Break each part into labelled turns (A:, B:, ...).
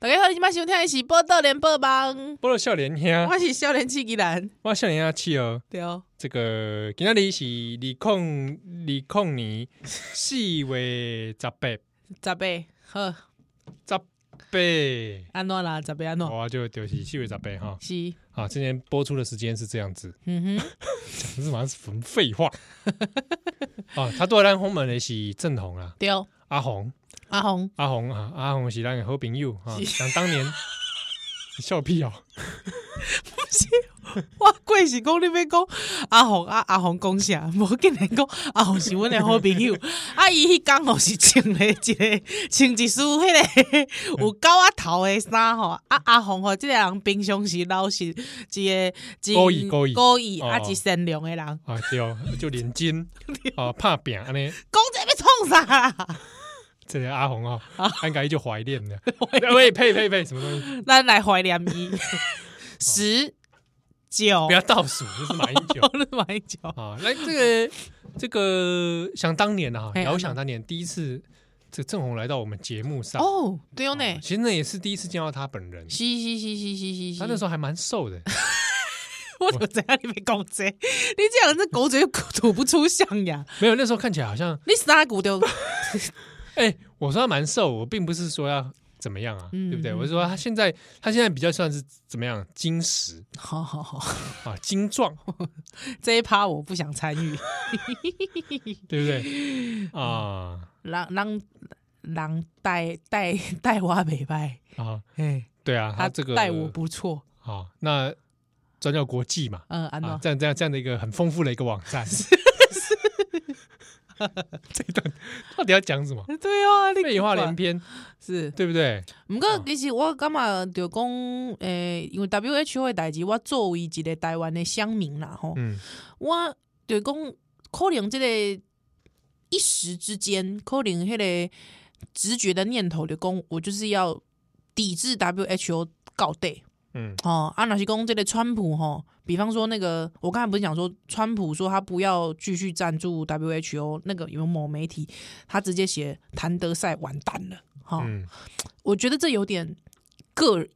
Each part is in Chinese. A: 大家好，你妈收听的是《报道联播网》，
B: 菠萝笑脸兄，
A: 我是少年气吉兰，
B: 哇笑脸兄企鹅，
A: 对哦，
B: 这个今仔日是二控二控年四月十八
A: 十八好，
B: 十
A: 安怎啦？十八安怎
B: 八，？哇就就是四月十八哈。
A: 是，
B: 啊，今天播出的时间是这样子，
A: 嗯哼，
B: 讲的是马上是很废话啊。他对咱红门的是郑红啊，
A: 对，哦
B: 阿红，
A: 阿红，
B: 阿红啊，阿红是咱的好朋友啊。想当年， 你笑屁哦，
A: 我贵是讲你要讲阿红啊，阿红讲啥？ 无竟然讲阿红是阮的好朋 友，啊伊迄工吼是穿咧一个穿一束迄 个有狗仔头的衫吼，啊阿红吼即个人平常时老是一个真
B: 故意故意
A: 故意啊，
B: 哦
A: 是善良的人，讲
B: 啊对哦，就连筋啊，怕扁安尼。
A: 这要创啥啦？
B: 这个阿红哦，
A: 啊
B: 安改就怀念 了。喂，呸呸呸，什么东西？
A: 咱来怀念 伊十九
B: 不，要倒数，这是马英 九
A: 我是马英九，
B: 啊。那这个这个，想当年啊，
A: 哎
B: 遥想当年，第一次这郑红来到我们节目上，
A: 哦，对哦呢，
B: 啊其实那也是第一次见到他本人。
A: 是是是是是是是，
B: 他那时候还蛮瘦的，
A: 我就知影你要讲这， 你这样子狗嘴吐不出象呀！
B: 没有那时候看起来好像，
A: 你三骨就
B: 哎，我说他蛮瘦，我并不是说要怎么样啊，
A: 嗯
B: 对不对？我是说他现在他现在比较算是怎么样，精实
A: 好好好，
B: 啊，精壮，
A: 这一趴我不想参与。
B: 对不对？ 啊
A: 人人人带带带我袂歹，
B: 啊，
A: 嘿，
B: 对啊，
A: 他
B: 他这个
A: 带我不错，
B: 好，那转角国际嘛，
A: 嗯，安
B: 啊
A: 诺，
B: 这样这样这样的一个很丰富的一个网 站。 这一段到底要讲什么？
A: 对啊，你
B: 废话连篇，
A: 是。
B: 对不对？
A: 毋过
B: 哦
A: 其实我感觉着讲，诶、因为 WHO 的代志，我作为一个台湾的乡民啦吼，
B: 嗯，
A: 我就讲可能即个一时之间，可能迄个直觉的念头就讲，我就是要抵制 WHO 告底
B: 嗯，
A: 哦。啊，若是讲即个川普吼，比方说那个我刚才不是讲说，川普说他不要继续赞助 WHO，那个有某媒体他直接写谭德赛完蛋了，哈、
B: 嗯，
A: 我觉得这有点个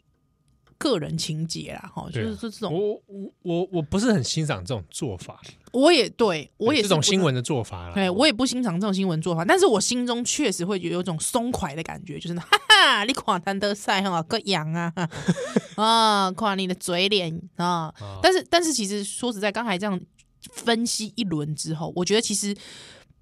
A: 个人情节啦，哈，就
B: 对啊
A: 是这种，
B: 我我我我不是很欣赏这种做法，
A: 我也对我也是
B: 这种
A: 不
B: 新闻的做法了。
A: 哎，我也不欣赏这种新闻做法，但是我心中确实会有一种松快的感觉，就是哈哈，你垮谭德赛哈，个痒啊，啊，垮你的嘴脸啊！
B: 啊
A: 但是，但是，其实说实在，刚才这样分析一轮之后，我觉得其实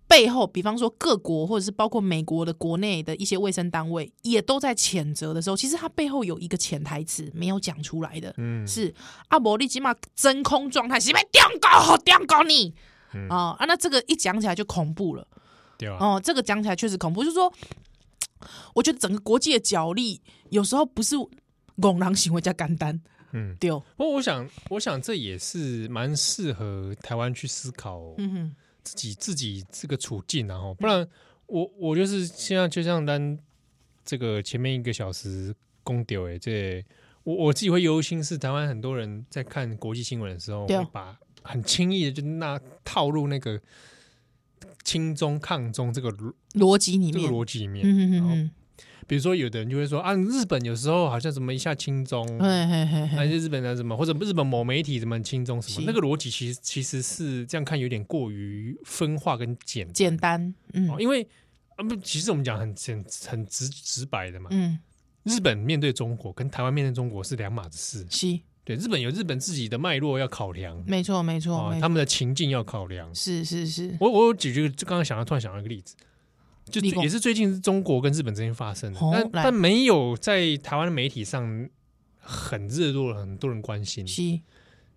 A: 背后，比方说各国或者是包括美国的国内的一些卫生单位，也都在谴责的时候，其实它背后有一个潜台词没有讲出来的，
B: 嗯，
A: 是啊，无你起码真空状态是被中国好中国你。
B: 嗯
A: 哦啊，那这个一讲起来就恐怖了
B: 对啊吧？
A: 哦，这个讲起来确实恐怖。就是说，我觉得整个国际的角力有时候不是拱狼行为加简单
B: 嗯，
A: 对，
B: 不过我想，我想这也是蛮适合台湾去思考
A: 嗯哼，
B: 自己自己这个处境、啊，然
A: 嗯
B: 后不然我我就是现在就像单这个前面一个小时公丢哎，这我我自己会忧心是台湾很多人在看国际新闻的时候，
A: 对哦
B: 会把很轻易的就那套入那个亲中抗中这个逻
A: 逻辑里
B: 这个
A: 面，
B: 逻辑里面。
A: 嗯哼哼哼，
B: 比如说有的人就会说啊，日本有时候好像什么一下亲中。
A: 嘿嘿嘿嘿，
B: 那些日本人什么，或者日本某媒体什么亲中什么
A: 是，
B: 那个逻辑其实其实是这样看有点过于分化跟简单
A: 简单，嗯
B: 哦，因为啊不，其实我们讲很很很直直白的嘛，
A: 嗯，
B: 日本面对中国跟台湾面对中国是两码子事，
A: 是，
B: 对，日本有日本自己的脉络要考量
A: 没错没错，
B: 啊、
A: 嗯没
B: 他
A: 错，
B: 们的情境要考量。
A: 是是是，
B: 我我有举这个，就刚刚想到突然想到一个例子，就
A: 立功
B: 也是最近中国跟日本之间发生的，
A: 哦
B: 但
A: 来
B: 但没有在台湾的媒体上很热络，很多人关心。
A: 是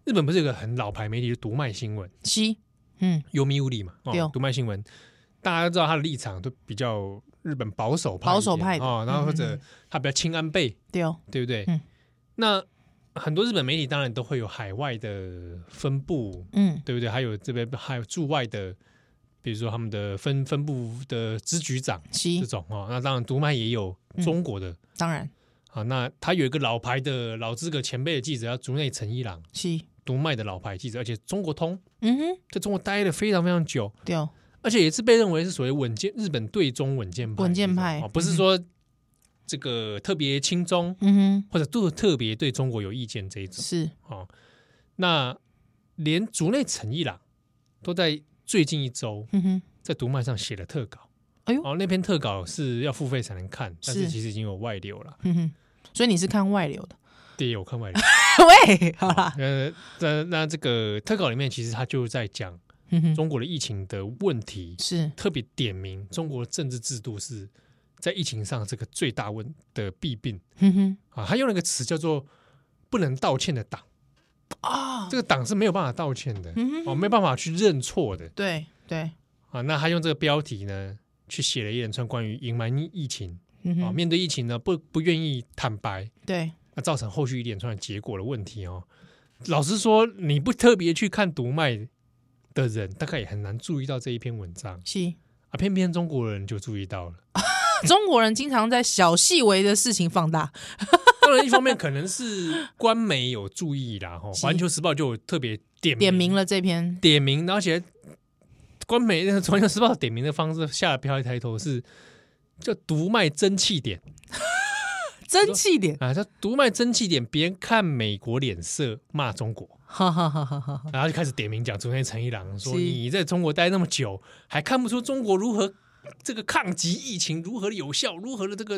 B: 日本不是有个很老牌媒体，就读卖新闻。
A: 是，嗯，
B: 尤米乌里嘛，
A: 对哦
B: 哦，读卖新闻，大家都知道他的立场都比较日本保守派一点，
A: 保守派的
B: 哦，然
A: 嗯
B: 后或
A: 嗯
B: 者他比较亲安倍，
A: 对，
B: 对不对？
A: 嗯
B: 那很多日本媒体当然都会有海外的分布，
A: 嗯，
B: 对不对？还有这边还有驻外的，比如说他们的分分部的支局长这
A: 是，
B: 种哦，那当然读卖也有
A: 嗯
B: 中国的。
A: 当然
B: 啊，那他有一个老牌的老资格前辈的记者，叫竹内诚一郎，
A: 是，
B: 读卖的老牌记者，而且中国通
A: 嗯哼，
B: 在中国待了非常非常久，
A: 对，
B: 而且也是被认为是所谓稳健日本对中稳健派嗯
A: 稳健派
B: 哦不是说这个特别亲中，
A: 嗯
B: 或者都特别对中国有意见这一
A: 哼，
B: 种
A: 是，
B: 哦。那连竹内诚一郎都在最近一周
A: 嗯哼，
B: 在读卖上写了特稿。
A: 哎呦
B: 哦，那篇特稿是要付费才能看，但是
A: 是
B: 其实已经有外流了。
A: 嗯哼，所以你是看外流的，
B: 对，我看外流。
A: 喂，好啦，
B: 呃，那那这个特稿里面，其实他就在讲
A: 嗯哼，
B: 中国的疫情的问题，
A: 是，
B: 特别点名中国政治制度是在疫情上这个最大问的弊病
A: 嗯哼，
B: 啊。他用了一个词叫做“不能道歉的党”，
A: 啊，
B: 这个党是没有办法道歉的，
A: 嗯
B: 哦，
A: 哼，
B: 没办法去认错的
A: 对对，
B: 啊。那他用这个标题呢，去写了一连串关于隐瞒疫情
A: 嗯
B: 啊，
A: 哼，
B: 面对疫情呢不不愿意坦白，
A: 对，
B: 那造成后续一连串的结果的问题哦。老实说，你不特别去看读卖的人，大概也很难注意到这一篇文章
A: 是。
B: 啊。偏偏中国人就注意到了。
A: 中国人经常在小细微的事情放大，
B: 当然，一方面可能是官媒有注意啦，哈，《
A: 是
B: 环球时报》就有特别点
A: 点名了这篇，
B: 点名，而且官媒《环球时报》点名的方式下标一抬头是叫“独卖蒸汽点
A: 争气 点”，
B: 啊，叫“独卖蒸汽点”，别人看美国脸色骂中国。
A: 哈哈哈哈哈哈，
B: 然后就开始点名讲昨天陈一郎说
A: 是
B: 你在中国待那么久，还看不出中国如何这个抗击疫情如何的有效，如何的这个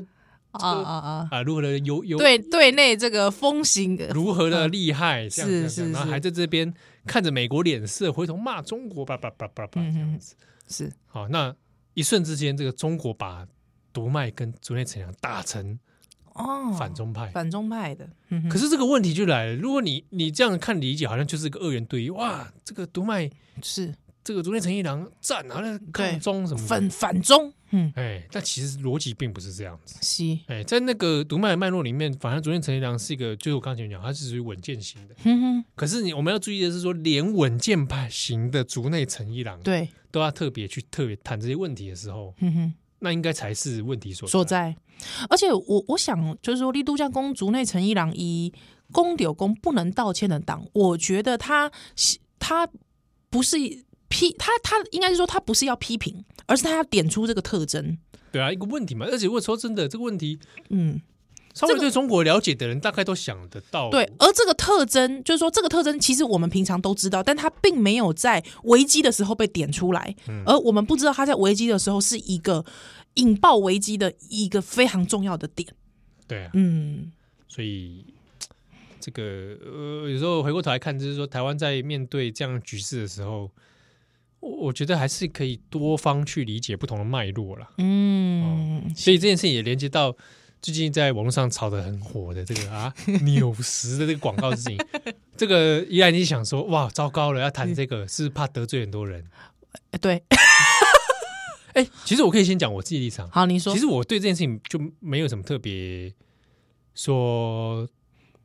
A: 啊啊啊！
B: 啊、如何的有有
A: 对对内这个风行，
B: 如何的厉害，这样
A: 嗯是
B: 这样这样
A: 是
B: 然后
A: 是
B: 还在这边看着美国脸色，回头骂中国，叭叭叭叭叭
A: 嗯
B: 这样子。
A: 是
B: 好，那一瞬之间，这个中国把毒卖跟昨天陈一郎打成
A: 哦，
B: 反中派。
A: 反中派的，嗯哼
B: 可是这个问题就来了，如果你你这样看理解，好像就是一个二元对立。哇，这个毒卖，
A: 是
B: 这个昨天陈一郎赞啊，那抗中什么的
A: 反反中，嗯，
B: 哎，但其实逻辑并不是这样子。
A: 是，
B: 哎，在那个读卖的脉络里面，反正昨天陈一良是一个，就是我刚前面讲，他是属于稳健型的。
A: 哼嗯哼，
B: 可是你我们要注意的是说，连稳健派型的竹内陈一郎
A: 对，
B: 都要特别去特别谈这些问题的时候，
A: 嗯哼哼。
B: 那应该才是问题所
A: 所。在。而且我我想，就是说，立度将公竹内诚一郎一公柳公不能道歉的党，我觉得他他不是批他他应该是说他不是要批评，而是他要点出这个特征。
B: 对啊，一个问题嘛。而且我说真的，这个问题
A: 嗯，
B: 稍微对中国了解的人，大概都想得到。
A: 对，而这个特征就是说，这个特征其实我们平常都知道，但它并没有在危机的时候被点出来，
B: 嗯
A: 而我们不知道它在危机的时候是一个引爆危机的一个非常重要的点。
B: 对啊，
A: 嗯，
B: 所以。这个呃，有时候回过头来看，就是说台湾在面对这样的局势的时候，我我觉得还是可以多方去理解不同的脉络啦。哦
A: 嗯，
B: 所以这件事情也连接到最近在网络上炒得很火的这个 啊纽时的这个广告事情。这个依然你想说哇，糟糕了，要谈这个是怕得罪很 多人。
A: 哎对，
B: 哎、其实我可以先讲我自己立场。
A: 好，你说
B: 其，实我对这件事情就没有什么特别说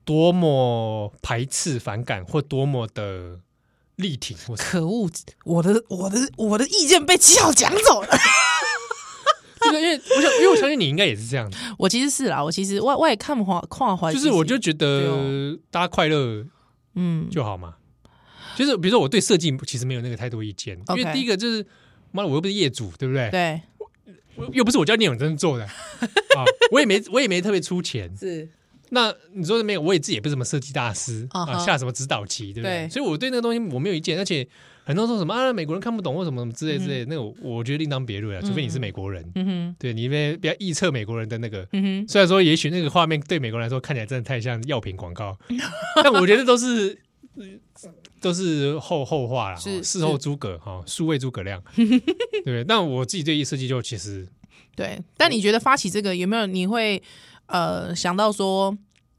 B: 多么排斥、反感或多么的力挺或是
A: 可恶！我的我的我的意见被七号讲走了。
B: 这个，因为我想，因为我相信你应该也是 这样的，
A: 我其实是啦，我其实我我也看华跨环，
B: 就是我就觉
A: 啊对
B: 得
A: 哦
B: 大家快乐
A: 嗯
B: 就好嘛。就是比如说我对设计其实没有那个太多意见，因
A: OK
B: 为第一个就是妈的我又不是业主，对不对？
A: 对
B: 我又不是我叫聂永真做的啊，我也没我也没特别出钱。
A: 是
B: 那你说的没有，我也自己也不是什么设计大师
A: 啊哈
B: 啊，下什么指导棋，对不对？
A: 对
B: 所以我对那个东西我没有意见，而且很多人说什么啊美国人看不懂或什么什么之类之类的，那个我我觉得另当别论啊，除非你是美国人，
A: 嗯哼
B: 对你别不要臆测美国人的那个。
A: 嗯哼
B: 虽然说也许那个画面对美国人来说看起来真的太像药品 广告，但我觉得都是呃都是后后话啦，
A: 是
B: 哦事后诸葛哈，数位诸 葛亮，对不对？但我自己对设计就其实
A: 对。但你觉得发起这个有没有你会呃想到说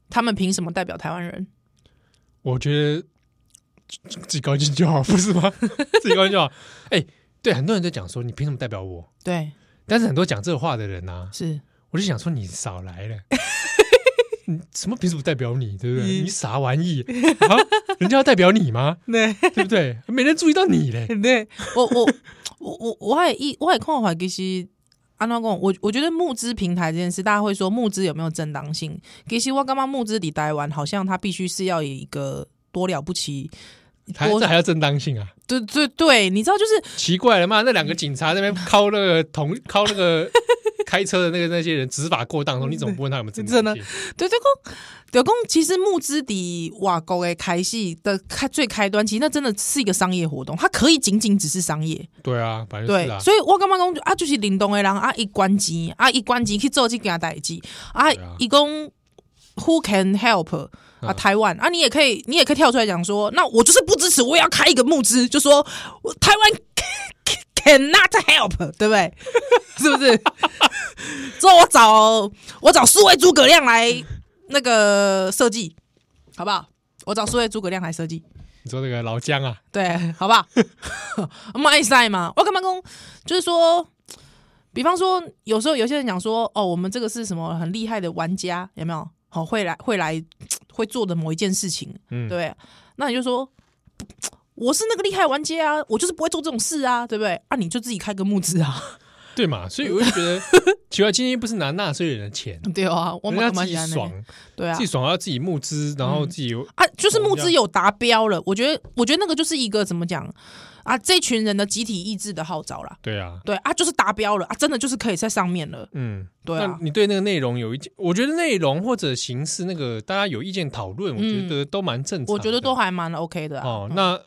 A: 他们凭什么代表台湾人？
B: 我觉得自自己高兴就好，不是 吗？自己高兴就好。哎、对，很多人在讲说你凭什么代表我？
A: 对，
B: 但是很多讲这话的人啊，
A: 是
B: 我就想说你少 来了。你什么凭什么代表你，对不对？
A: 嗯
B: 你啥玩意啊？人家要代表你吗？
A: 对
B: 对不对？没人注意到你嘞。
A: 对。我我我我我也一我也看法其实。安怎讲？我我觉得募资平台这件事，大家会说募资有没有正当性？其实我干嘛募资你台湾，好像它必须是要有一个多了不起
B: 还
A: 我
B: 这还要正当性啊？
A: 对对对，你知道就是
B: 奇怪了
A: 嗯
B: 嘛，那两个警察在那边敲那个同 敲那个开车的那个那些人执法过当中，你怎么不问他有没有正
A: 真
B: 当
A: 的
B: 性？
A: 对，就讲，就讲，其实募资的瓦国的开戏的开最开端，其实那真的是一个商业活动，它可以仅仅只是商业。
B: 对啊，反正
A: 对
B: 是，啊，
A: 所以我感觉讲啊，就是林东的人啊，一关机啊，一关机去做这件代志啊
B: 对啊，
A: 一共 Who can help 啊，
B: 嗯
A: 台湾啊，你也可以，你也可以跳出来讲说，那我就是不支持，我也要开一个募资，就说我台湾 cannot help，对不对？ 是不是？ 之后我找我找四位诸葛亮来那个设计，好不好？我找四位诸葛亮来设计。
B: 你说那个老姜啊，
A: 对，好不 好？卖赛嘛，我干嘛公就是说，比方说，有时候有些人讲说，哦，我们这个是什么很厉害的玩家，有没有？好、会来会来会做的某一件事情，
B: 嗯
A: 对不对？那你就说，我是那个厉害玩家啊，我就是不会做这种事啊，对不对？啊，你就自己开个募资啊，
B: 对嘛，所以我就觉得奇怪，今天不是拿纳税人的钱，
A: 对啊，我们
B: 人家
A: 干嘛
B: 自己
A: 喜欢那
B: 爽
A: 个，对啊
B: 自己，爽要自己募资，然后自己
A: 啊，就是募资有达标了，我觉得，我觉得那个就是一个怎么讲啊，这群人的集体意志的号召啦。
B: 对啊，
A: 对啊，就是达标了啊，真的就是可以在上面了。
B: 嗯，
A: 对
B: 那
A: 啊，
B: 你对那个内容有意见？我觉得内容或者形式，那个大家有意见讨论，我觉
A: 嗯
B: 得都蛮正常的。
A: 我觉得都还蛮 OK 的啊、
B: 哦，那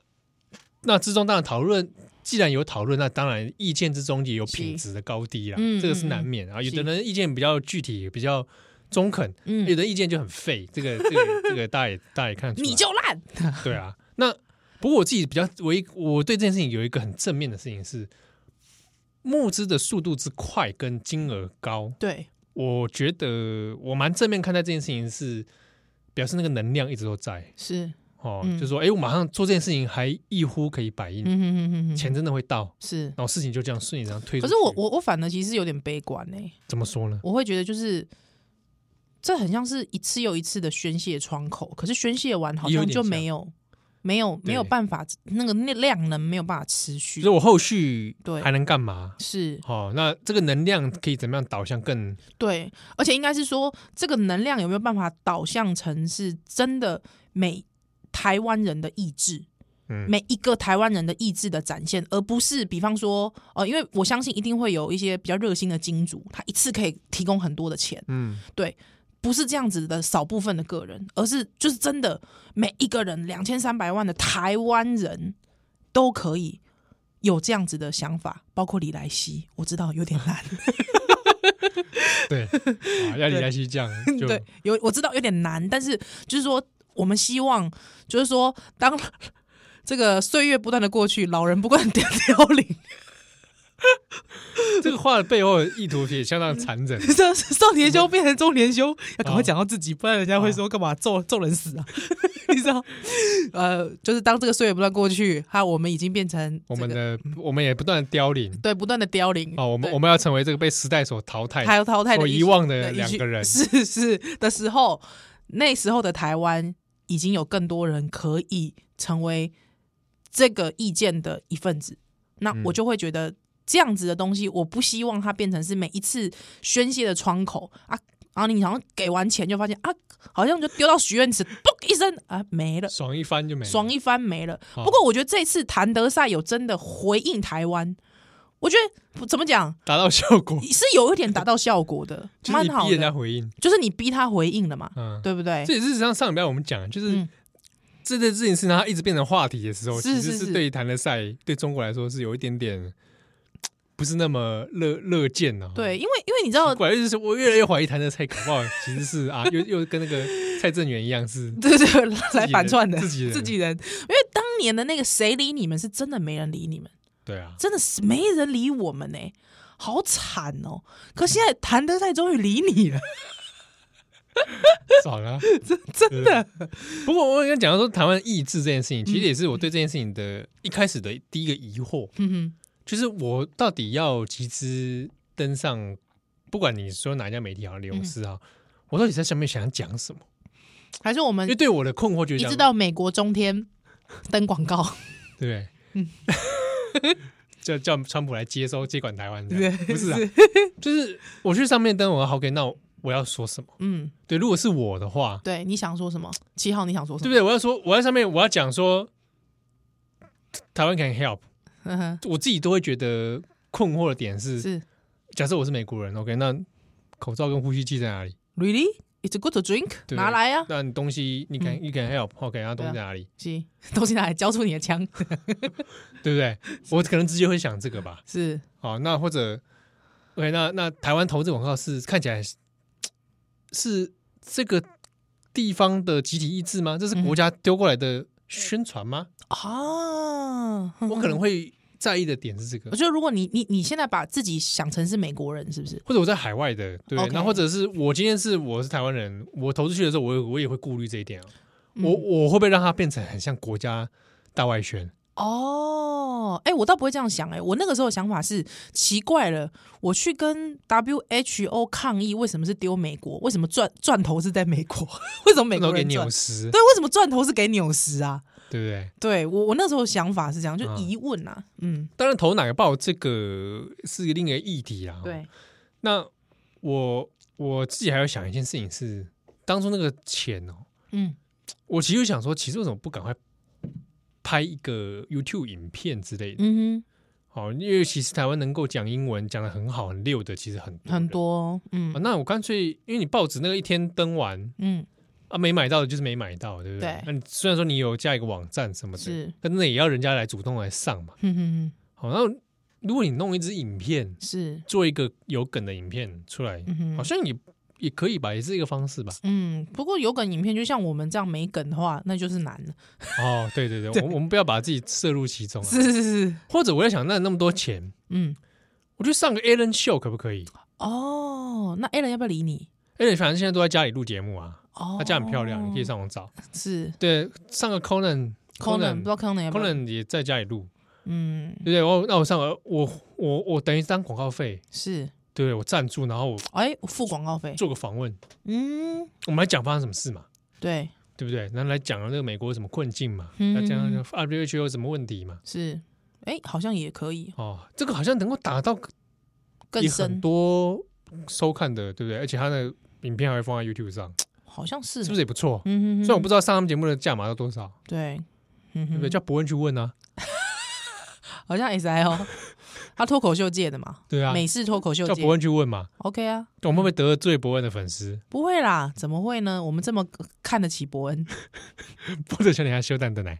B: 那之中当然讨论，既然有讨论，那当然意见之中也有品质的高低啦，
A: 嗯
B: 这个是难免啊。有的人意见比较具体，比较中肯，
A: 嗯
B: 有的意见就很废，这个这个这个大家也大家也看得出来，
A: 你就烂，
B: 对啊。那不过我自己比较唯一，我对这件事情有一个很正面的事情是，募资的速度之快跟金额高，
A: 对，
B: 我觉得我蛮正面看待这件事情是。表示那个能量一直都在
A: 是，
B: 哦，
A: 嗯
B: 就说哎、诶我马上做这件事情还一呼可以百应
A: 嗯，哼哼哼哼，
B: 钱真的会到，
A: 是。
B: 然后事情就这样顺理成章推
A: 可
B: 出去。
A: 是我我我反而其实有点悲观呢、
B: 怎么说呢？
A: 我会觉得就是这很像是一次又一次的宣泄窗口，可是宣泄完好
B: 也有
A: 像
B: 点
A: 就没有没有没有
B: 对
A: 办法，那个那量能没有办法持续
B: 就是，我后续
A: 对
B: 还能干嘛？
A: 是
B: 哦，那这个能量可以怎么样导向更
A: 对，而且应该是说这个能量有没有办法导向成是真的每台湾人的意志，
B: 嗯
A: 每一个台湾人的意志的展现，而不是比方说，呃，因为我相信一定会有一些比较热心的金主，他一次可以提供很多的钱，
B: 嗯
A: 不是这样子的少部分的个人，而是就是真的每一个人两千三百万的台湾人都可以有这样子的想法，包括李莱西，我知道有点难，
B: 对啊？要李来西这 样 就
A: 对，有我知道有点难，但是就是说，我们希望就是说，当这个岁月不断的过去，老人不断地 凋零，。
B: 这个话的背后的意图也相当残 忍
A: 这少年
B: 嗯
A: 修变成中年修，要
B: 啊
A: 赶快讲到自己，不然人家会说干嘛揍揍人死啊？ 你知道？呃，就是当这个岁月不断过去，哈，我们已经变成、
B: 我们
A: 这个
B: 的我们也不断地凋零
A: 对不断的凋零
B: 哦，我们
A: 对
B: 我们要成为这个被时代所淘汰、
A: 还有淘汰的
B: 所
A: 一
B: 遗忘的
A: 的一
B: 两
A: 群
B: 个人。
A: 是 是的时候，那时候的台湾已经有更多人可以成为这个意见的一份子，那
B: 嗯
A: 我就会觉得这样子的东西，我不希望它变成是每一次宣泄的窗口啊。然后你好像给完钱就发现啊，好像就丢到许愿池，嘣一声啊没了，
B: 爽一番就没了
A: 爽一番没了。
B: 哦
A: 不过我觉得这次谭德赛有真的回应台湾，我觉得怎么讲
B: 达到效果，
A: 是有一点达到效果的，
B: 就是
A: 蛮
B: 你
A: 好
B: 逼人
A: 的
B: 家。回应。
A: 就是你逼他回应了嘛，
B: 嗯，
A: 对不对
B: 这？也是实上上礼拜我们讲的，就是
A: 嗯
B: 这件事情是它一直变成话题的时候，
A: 是
B: 其实
A: 是
B: 是
A: 是
B: 对于谭德赛对中国来说是有一点点不是那么乐乐见呢、啊。
A: 对，因
B: 奇
A: 为因为你知道，
B: 怪，就是我越来越怀疑谭德赛搞不好其实是啊，又又跟那个蔡正元一样是
A: 对对，来反串的
B: 自己人
A: 自己人，因为当年的那个谁理你们是真的没人理你们，
B: 对啊，
A: 真的是没人理我们呢、好惨哦！可现在谭德赛终于理你 了，
B: 爽啊！
A: 真的，
B: 不过我刚刚讲到说台湾意志这件事情，其实也是我对这件事情的一开始的第一个疑惑，
A: 嗯
B: 就是我到底要集资登上，不管你说哪一家媒体好，李永斯啊，
A: 嗯
B: 我到底在上面想要讲什么？
A: 哼，还是我
B: 因
A: 们
B: 为对我的困惑就是
A: 一
B: 这样
A: 直到美国中天登广告，
B: 对不对？
A: 嗯
B: 叫叫川普来接收接管台湾这 样，
A: 对
B: 不是啊，就是我去上面登我要 OK，那我要说什么？
A: 嗯，
B: 对，如果是我的话，
A: 对，你想说什么？七号你想说什
B: 对
A: 么？
B: 不对？我要说，我在上面我要讲说，台湾 can help，
A: 嗯哼，
B: 我自己都会觉得困惑的点是，
A: 是
B: 假设我是美国人，OK，那口罩跟呼吸器在哪里？
A: really it's good to drink，
B: 对嗯
A: 拿来啊，
B: 那你东西你 can、you can help，OK，、那东西在哪里？
A: 是东西拿来交出你的枪，
B: 对不对？我可能直接会想这个吧。
A: 是
B: 好，那或者 OK，那那台湾投资广告是看起来是是这个地方的集体意志吗？这是国家丢过来的宣传吗？
A: 啊，
B: 我可能会在意的点是这个
A: 我，觉得如果你你你现在把自己想成是美国人，是不是？
B: 或者我在海外的，对，
A: OK
B: 那或者是我今天是我是台湾人，我投资去的时候，我也我也会顾虑这一点啊，
A: 嗯
B: 我我会不会让它变成很像国家大外宣？
A: 哦，哎、我倒不会这样想、哎，我那个时候的想法是奇怪了，我去跟 WHO 抗议，为什么是丢美国？为什么赚赚头是在美国？ 为什么美
B: 那
A: 国
B: 我给
A: 人赚
B: 纽？斯，
A: 对，为什么赚头是给纽斯啊？
B: 对不对？
A: 对我，我那时候想法是这样，就
B: 嗯
A: 疑问啊，嗯，
B: 当然投哪个报这个是另一个议题啦。，
A: 对，
B: 那我我自己还要想一件事情是，当初那个钱哦，
A: 嗯，
B: 我其实就想说，其实为什么不赶快拍一个 YouTube 影片之类的？
A: 嗯
B: 好，因为其实台湾能够讲英文讲的很好、很溜的，其实很
A: 哼，很
B: 人、
A: 多哦，
B: 啊
A: 嗯
B: 那我干脆，因为你报纸那个一天登完
A: 嗯，
B: 啊，没买到的就是没买到，对不对
A: 对？
B: 那你虽然说你有加一个网站什么的，
A: 是，
B: 但那也要人家来主动来上嘛。
A: 哼哼哼，
B: 好，然后如果你弄一支影片，
A: 是，
B: 做一个有梗的影片出来，
A: 嗯哼
B: 好。像也也可以吧，也是一个 方式吧。
A: 嗯，不过有梗影片，就像我们这样没梗的话，那就是难了。
B: 哦，对对对，
A: 对
B: 我们我们不要把自己摄入其中啊。
A: 是是是，
B: 或者我在想，那那么多钱，
A: 嗯，
B: 我就上个 Alan Show 可不可以
A: 哦，那 A 人要不要理你？
B: ？Alan 反正现在都在家里录节目啊，
A: 哦，
B: 他家很漂亮，你可以上网找。
A: 是
B: 对，上个 Conan
A: Conan，不知道 Conan 要不要？
B: Conan 也在家里录，
A: 嗯
B: 对，不对？我那我上个我我我等于当广告费，
A: 是，
B: 对我赞助，然后我
A: 哎，我付广告费，
B: 做个访问，
A: 嗯，
B: 我们来讲发生什么事嘛，
A: 对，
B: 对不对？然后来讲那个美国有什么困境嘛，
A: 嗯
B: 来讲 WHO 有什么问题嘛。
A: 是，哎，好像也可以
B: 哦，这个好像能够达到
A: 更
B: 也很
A: 深，
B: 多收看的，对不对？而且他的影片还会放在 YouTube 上，
A: 好像是，
B: 是不
A: 是？
B: 是也不错？
A: 嗯，
B: 虽然我不
A: 不
B: 知道上他们节目的价码到多少，
A: 对，嗯
B: 对不
A: 哼
B: 对？，叫伯恩去问啊，
A: 好像 S I O，他 脱口秀界的嘛，
B: 对啊，
A: 美式脱口秀
B: 叫
A: 界
B: 伯恩去问嘛，
A: ，OK 啊，
B: 我们会不会得罪伯恩的粉丝？
A: 不会啦，怎么会呢？我们这么看得起伯恩，
B: 不得小你还修蛋的奶。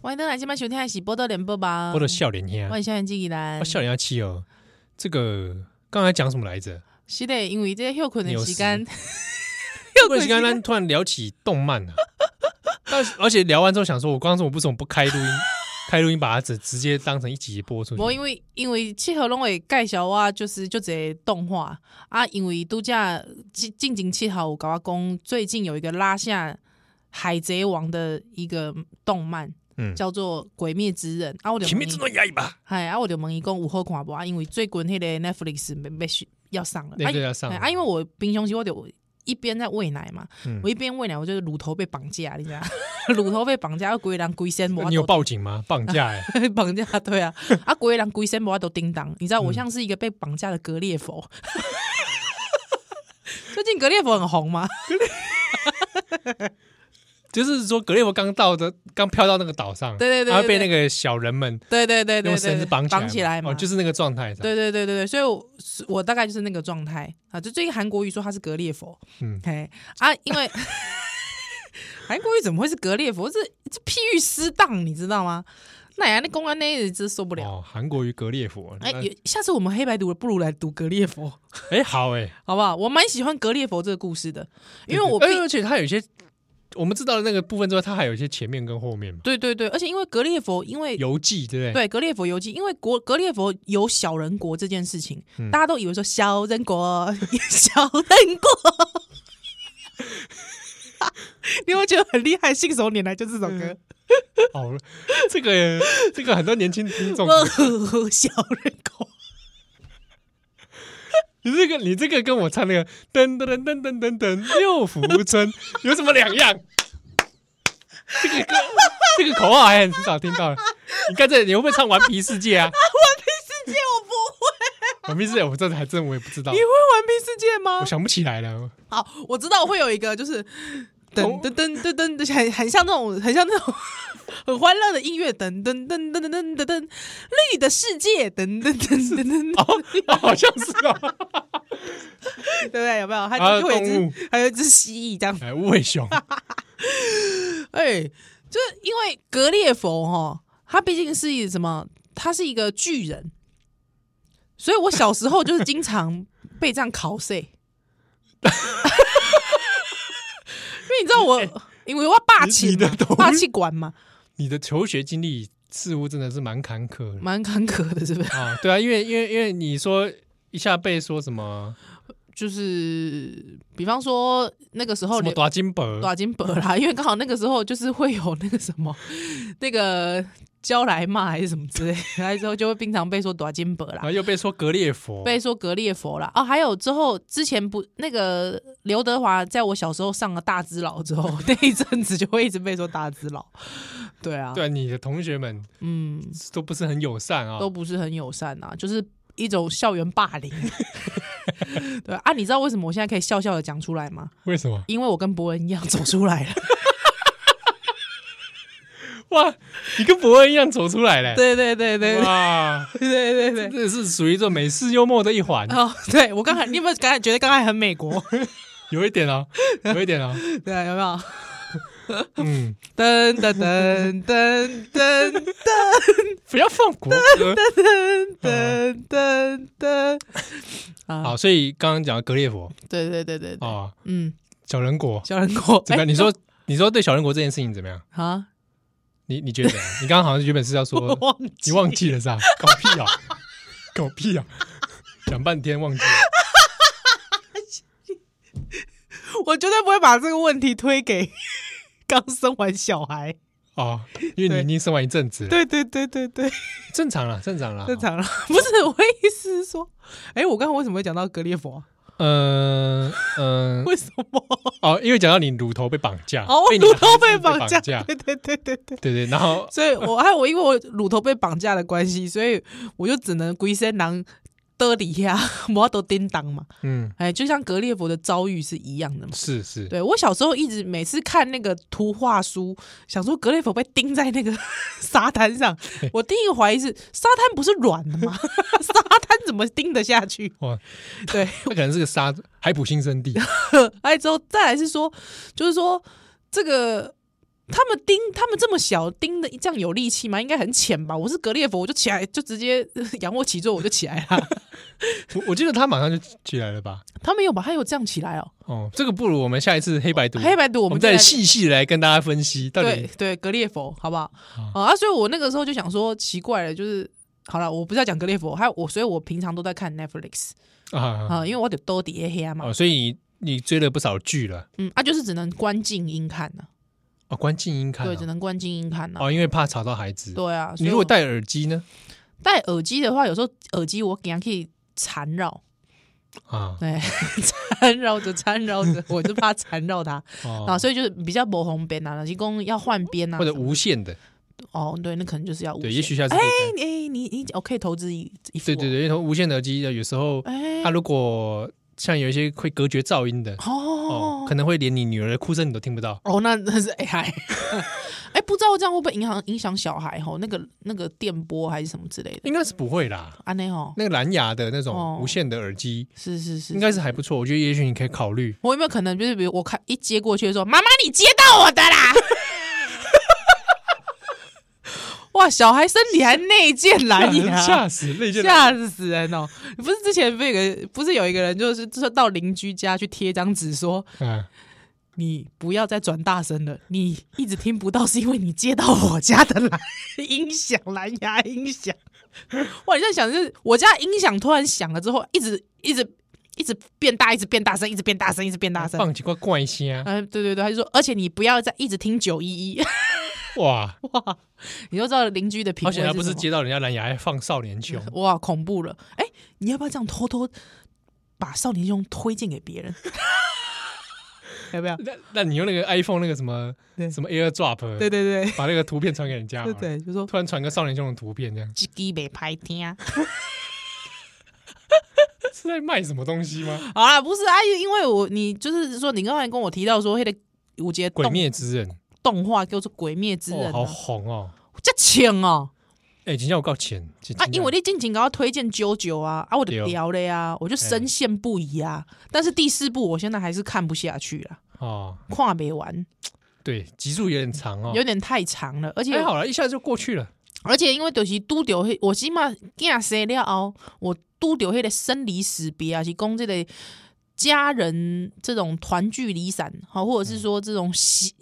A: 欢迎登来今晚收听的是《波多联播》吧，
B: 我的笑脸啊呀
A: 我，是夏元纪怡兰
B: 我，笑脸要气哦。这个刚才讲什么 来着？
A: 是的，因为这个休困的
B: 纽
A: 时间，
B: 因为刚刚突然聊起动漫啊， 但是而且聊完之后想说，我刚刚说我为什么不开 录音？开录音把它直直接当成一集播出
A: 无
B: 去
A: 因，为因为七号拢会介绍我，就是就这动画啊，因为拄则近近近七号有甲我讲，最近有一个拉下海贼王的一个动漫，
B: 嗯
A: 叫做《鬼灭之刃》啊，我就
B: 前面
A: 问
B: 这
A: 伊，
B: 段压抑吧，
A: 哎啊，我就问伊讲有好看无啊，因为最近迄个 Netflix 没没要上了，
B: 那
A: 啊
B: 个要上
A: 哎啊，因为我平常时我就一边在喂奶嘛，
B: 嗯
A: 我一边喂奶，我就是乳头被绑架，你知道吗， 乳头被绑架，啊规人规身无法
B: 那
A: 度
B: 你有报警吗？绑架哎、
A: 绑架，对啊，啊，鬼人鬼身无都叮当，你知道
B: 嗯
A: 我像是一个被绑架的格列佛。 最近格列佛很红吗？
B: 就是说格列佛刚到的，刚飘到那个岛上，
A: 对对对对
B: 然后被那个小人们
A: 对对对对
B: 用
A: 对
B: 绳子
A: 对，
B: 绑
A: 绑起来嘛，
B: 嘛，哦，就是那个状态，，
A: 对对对对对，所以我我大概就是那个状态啊。就最近韩国瑜说他是格列佛，
B: 嗯，
A: 嘿啊，因 为韩国瑜怎么会是格列佛？这这譬喻失当，你知道吗？那呀，那公安那一直受不了。
B: 哦，韩国与格列佛，
A: 哎、
B: 那
A: 有下次我们黑白读不如来读格列佛，
B: 哎，好哎，
A: 好不好？我蛮喜欢格列佛这个故事的，因为
B: 对
A: 我
B: 对
A: 并
B: 哎而且它有一些我们知道的那个部分之外，它还有一些前面跟后面嘛，
A: 对对对，而且因为格列佛，因为
B: 游记对不对？
A: 对格列佛游记，因为国格列佛有小人国这件事情，
B: 嗯
A: 大家都以为说小人 国，小人国。 你有没有觉得很厉害？信手拈来就这首歌，
B: 哦， 这个这个很多年轻听众，
A: 哦，小人国，
B: 你这个你这个跟我唱那个噔噔噔噔噔噔六福村 有什么两样？这个歌这个口号还很少听到了，你看这你会不会唱《顽皮世界》啊？
A: 世界我不会，
B: 玩命世界我这还真我也不知道
A: 你，会玩冰世界吗
B: 我？想不起来了。
A: 好，我知道我会有一个就是噔噔噔噔噔，很很像那种很像那种 很欢乐的音乐，噔噔噔噔噔噔噔噔，绿的世界，噔噔噔噔噔噔，
B: 哦，好像是哦，
A: 对不对？有没有？还
B: 啊
A: 就会有一
B: 动物
A: 只，还有一只蜥蜴这样。
B: 哎，无尾熊，
A: 哎，就是因为格列佛哈，他毕竟是一什么？他是一个巨人，所以我小时候就是经常被这样考碎。 因为你知道我，因为我霸气
B: 哎你的
A: 嘛
B: 东，
A: 霸气管嘛，
B: 你的求学经历似乎真的是蛮坎坷的
A: 蛮坎坷的，是不是？
B: 啊。对啊，因为因为因为你说一下被说什么
A: 就是比方说那个时候
B: 什么
A: 流
B: 大金箔，
A: 短啊金箔啦，因为刚好那个时候就是会有那个什么那个交来骂还是什么之类的，来之后就会经常被说短金箔啦
B: 然。后又被说格列佛，
A: 被说格列佛啦，哦，还有之后之前不那个刘德华，在我小时候上了大只佬之后， 那一阵子就会一直被说大只佬，对啊，
B: 对啊你的同学们
A: 嗯，
B: 都不是很友善啊
A: 都。不是很友善啊，就是一种校园霸凌。 对啊，你知道为什么我现在可以笑笑的讲出来吗？
B: 为什么？
A: 因为我跟伯恩一样走出 来了。
B: 哇，你跟伯恩一样走出来嘞！
A: 对对对对
B: 哇，
A: 对对对对。
B: 这是属于一种美式幽默的 一环，
A: 哦，对我刚才，你有没有感觉觉得刚才很美国？
B: 有一点哦，有一点哦，
A: 对，有没有？
B: 嗯，
A: 噔噔噔噔噔
B: 不要放国歌。
A: 噔噔噔啊！
B: 嗯好，所以刚刚讲格列佛
A: 对对对对，对
B: 啊，
A: 嗯，
B: 小人国
A: 小人国
B: 怎么
A: 哎
B: 样？你说你说对小人国这件事情怎么样？
A: 啊？
B: 你你觉得怎样？你刚刚好像原本是 要
A: 我
B: 说
A: 忘
B: 你
A: 记
B: 忘记了是吧？搞屁啊， 搞屁啊！讲半天忘记了，
A: 我绝对不会把这个问题推给 刚生完小孩。
B: 啊，因为
A: 对
B: 你已经生完一阵子了，
A: 对对对对对，
B: 正常了，正常了，
A: 正。常了。 不是我意思是说，哎，我刚刚为什么会讲到格列佛啊？
B: 嗯嗯，
A: 为什么？
B: 哦，因为讲到你乳头被绑架，
A: 哦，我
B: 被你
A: 乳
B: 的
A: 头
B: 孩子
A: 被
B: 被
A: 绑架。
B: 架，
A: 对对对对对。
B: 对对，然 后
A: 所以我还有我因为我乳头被绑架的关系，所以我就只能龟身狼得底下，我都叮当嘛。
B: 嗯，
A: 哎，就像格列佛的遭遇是一样的嘛。
B: 是是，
A: 对我小时候一直每次看那个图画书，想说格雷佛被钉在那个 沙滩上，我第一个怀疑是沙滩不是软的吗？ 沙滩怎么钉得下去？
B: 哇，
A: 对，
B: 那可能是个沙海普新生地，
A: 哎，之后再来是说，就是说这个。他们钉，他们这么小钉的，这样有力气吗？应该很浅吧。我是格列佛，我就起来，就直接 呃仰卧起坐，我就起来了。
B: 我我记得他马上就起来了吧？
A: 他们有把他有这样起来哦。
B: 哦，这个不如我们下一次黑白读，
A: 哦黑白读，
B: 我
A: 我
B: 们
A: 们就
B: 再
A: 来
B: 细细来跟大家分析到
A: 对
B: 底
A: 对，格列佛，好不好？啊，所以我那个时候就想说，奇怪了，就是好了，我不是要讲格列佛，还有我，所以我平常都在看 Netflix
B: 啊
A: 啊，因为我得多底黑嘛
B: 哦，，所以你你追了不少剧了
A: 嗯，啊，就是只能关静音看呢，
B: 哦，关静音看
A: 对，
B: 啊
A: 只能关静音看呢，啊
B: 哦，因为怕吵到孩子。
A: 对啊，所
B: 你
A: 以
B: 如果
A: 我
B: 戴耳机呢？
A: 戴耳机的话，有时候耳机我给它可以缠绕，
B: 啊
A: 对，缠绕着缠绕 着，我就怕缠绕它啊，
B: 哦，
A: 所以就是比较不红边啊，老是公要换边啊，
B: 或者
A: 什么
B: 无线的，
A: 哦，对，那可能就是要无
B: 对，也
A: 线
B: 许下次可以
A: 哎哎，你你我可以投资一一副
B: 对对啊
A: 哦，
B: 对，因为无线耳机有时候
A: 哎
B: 它如果像有一些会隔绝噪音的哦，
A: 哦
B: 可能会连你女儿的哭声你都听不到。
A: 哦，那那是 AI。哎，不知道这样会不会影响影响小孩吼？那个那个电波还是什么之类的？
B: 应该是不会啦，
A: 安内吼，
B: 那个蓝牙的那
A: 哦
B: 种无线的耳机
A: 是是是
B: 应，该是还不错，我觉得也许你可以考虑。
A: 我有没有可能就是比如我看一接过去就说：“妈妈，你接到我的啦！” 哇，小孩身体还内建蓝牙
B: 吓。死内线蓝牙
A: 吓死人哦！不是之前不是有一个不是有一个人，就是就是到邻居家去贴张纸说
B: 啊，
A: 你不要再转大声了，你一直听不到是因为你接到我家的 蓝音响，蓝牙音响。我在想，就是我家音响突然响了之后，一直一直一直变大，一直变大声，一直变大声，一直变大声。
B: 放几块怪声，
A: 嗯、对对对，他就说，而且你不要再一直听九一 一，
B: 哇！
A: 哇，你就知道邻居的品
B: 而
A: 味是
B: 且
A: 什
B: 他
A: 么。
B: 不是接到人家蓝牙，还放少年穷，
A: 哇，恐怖了！哎、你要不要这样偷偷把少年兄推荐给别人？ 要不要？
B: 那那你用那个 iPhone 那个什么
A: 对
B: 什么 AirDrop，
A: 对对对
B: 把那个图片传给人家
A: 对
B: 好了，
A: 对，就说
B: 啊突然传个少年兄的图片这样，
A: 鸡鸡没拍听。
B: 是在卖什么东西吗？
A: 好啦，不是啊，因因为我你就是说，你刚才跟我提到说，那个有一个
B: 《鬼
A: 动
B: 灭之刃》
A: 动画叫做《鬼灭之刃
B: 哦，》好
A: 啊，
B: 红哦！
A: 这浅哦
B: 哎，今天我告钱
A: 啊，因为你近前给我推荐九九啊，啊，我
B: 对
A: 就
B: 哦哎
A: 聊了呀，我就深陷不疑啊。但是第四部我现在还是看不下去了，
B: 哦，
A: 看没完，
B: 对，集数有点长哦，
A: 有点太长了，而且
B: 还好了，一下就过去了。
A: 而且因为就是拄着迄，我起码囝生了后，我拄着迄个生离死别啊，是讲这个家人这种团聚离散，好，或者是说这种血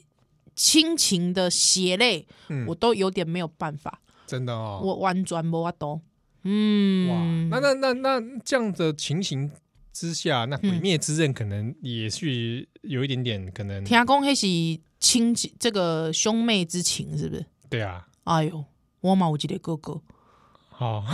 A: 亲情的血泪，
B: 嗯
A: 我都有点没有办法，
B: 真的哦，
A: 我完全无法度。
B: 哇
A: 嗯，，
B: 那那那那这样的情形之下，那《
A: 嗯
B: 鬼灭之刃》可能也是有一点点可能，
A: 听讲迄是亲戚这个兄妹之情，是不是？
B: 对啊，
A: 哎呦，我嘛有一个哥哥，
B: 好、哦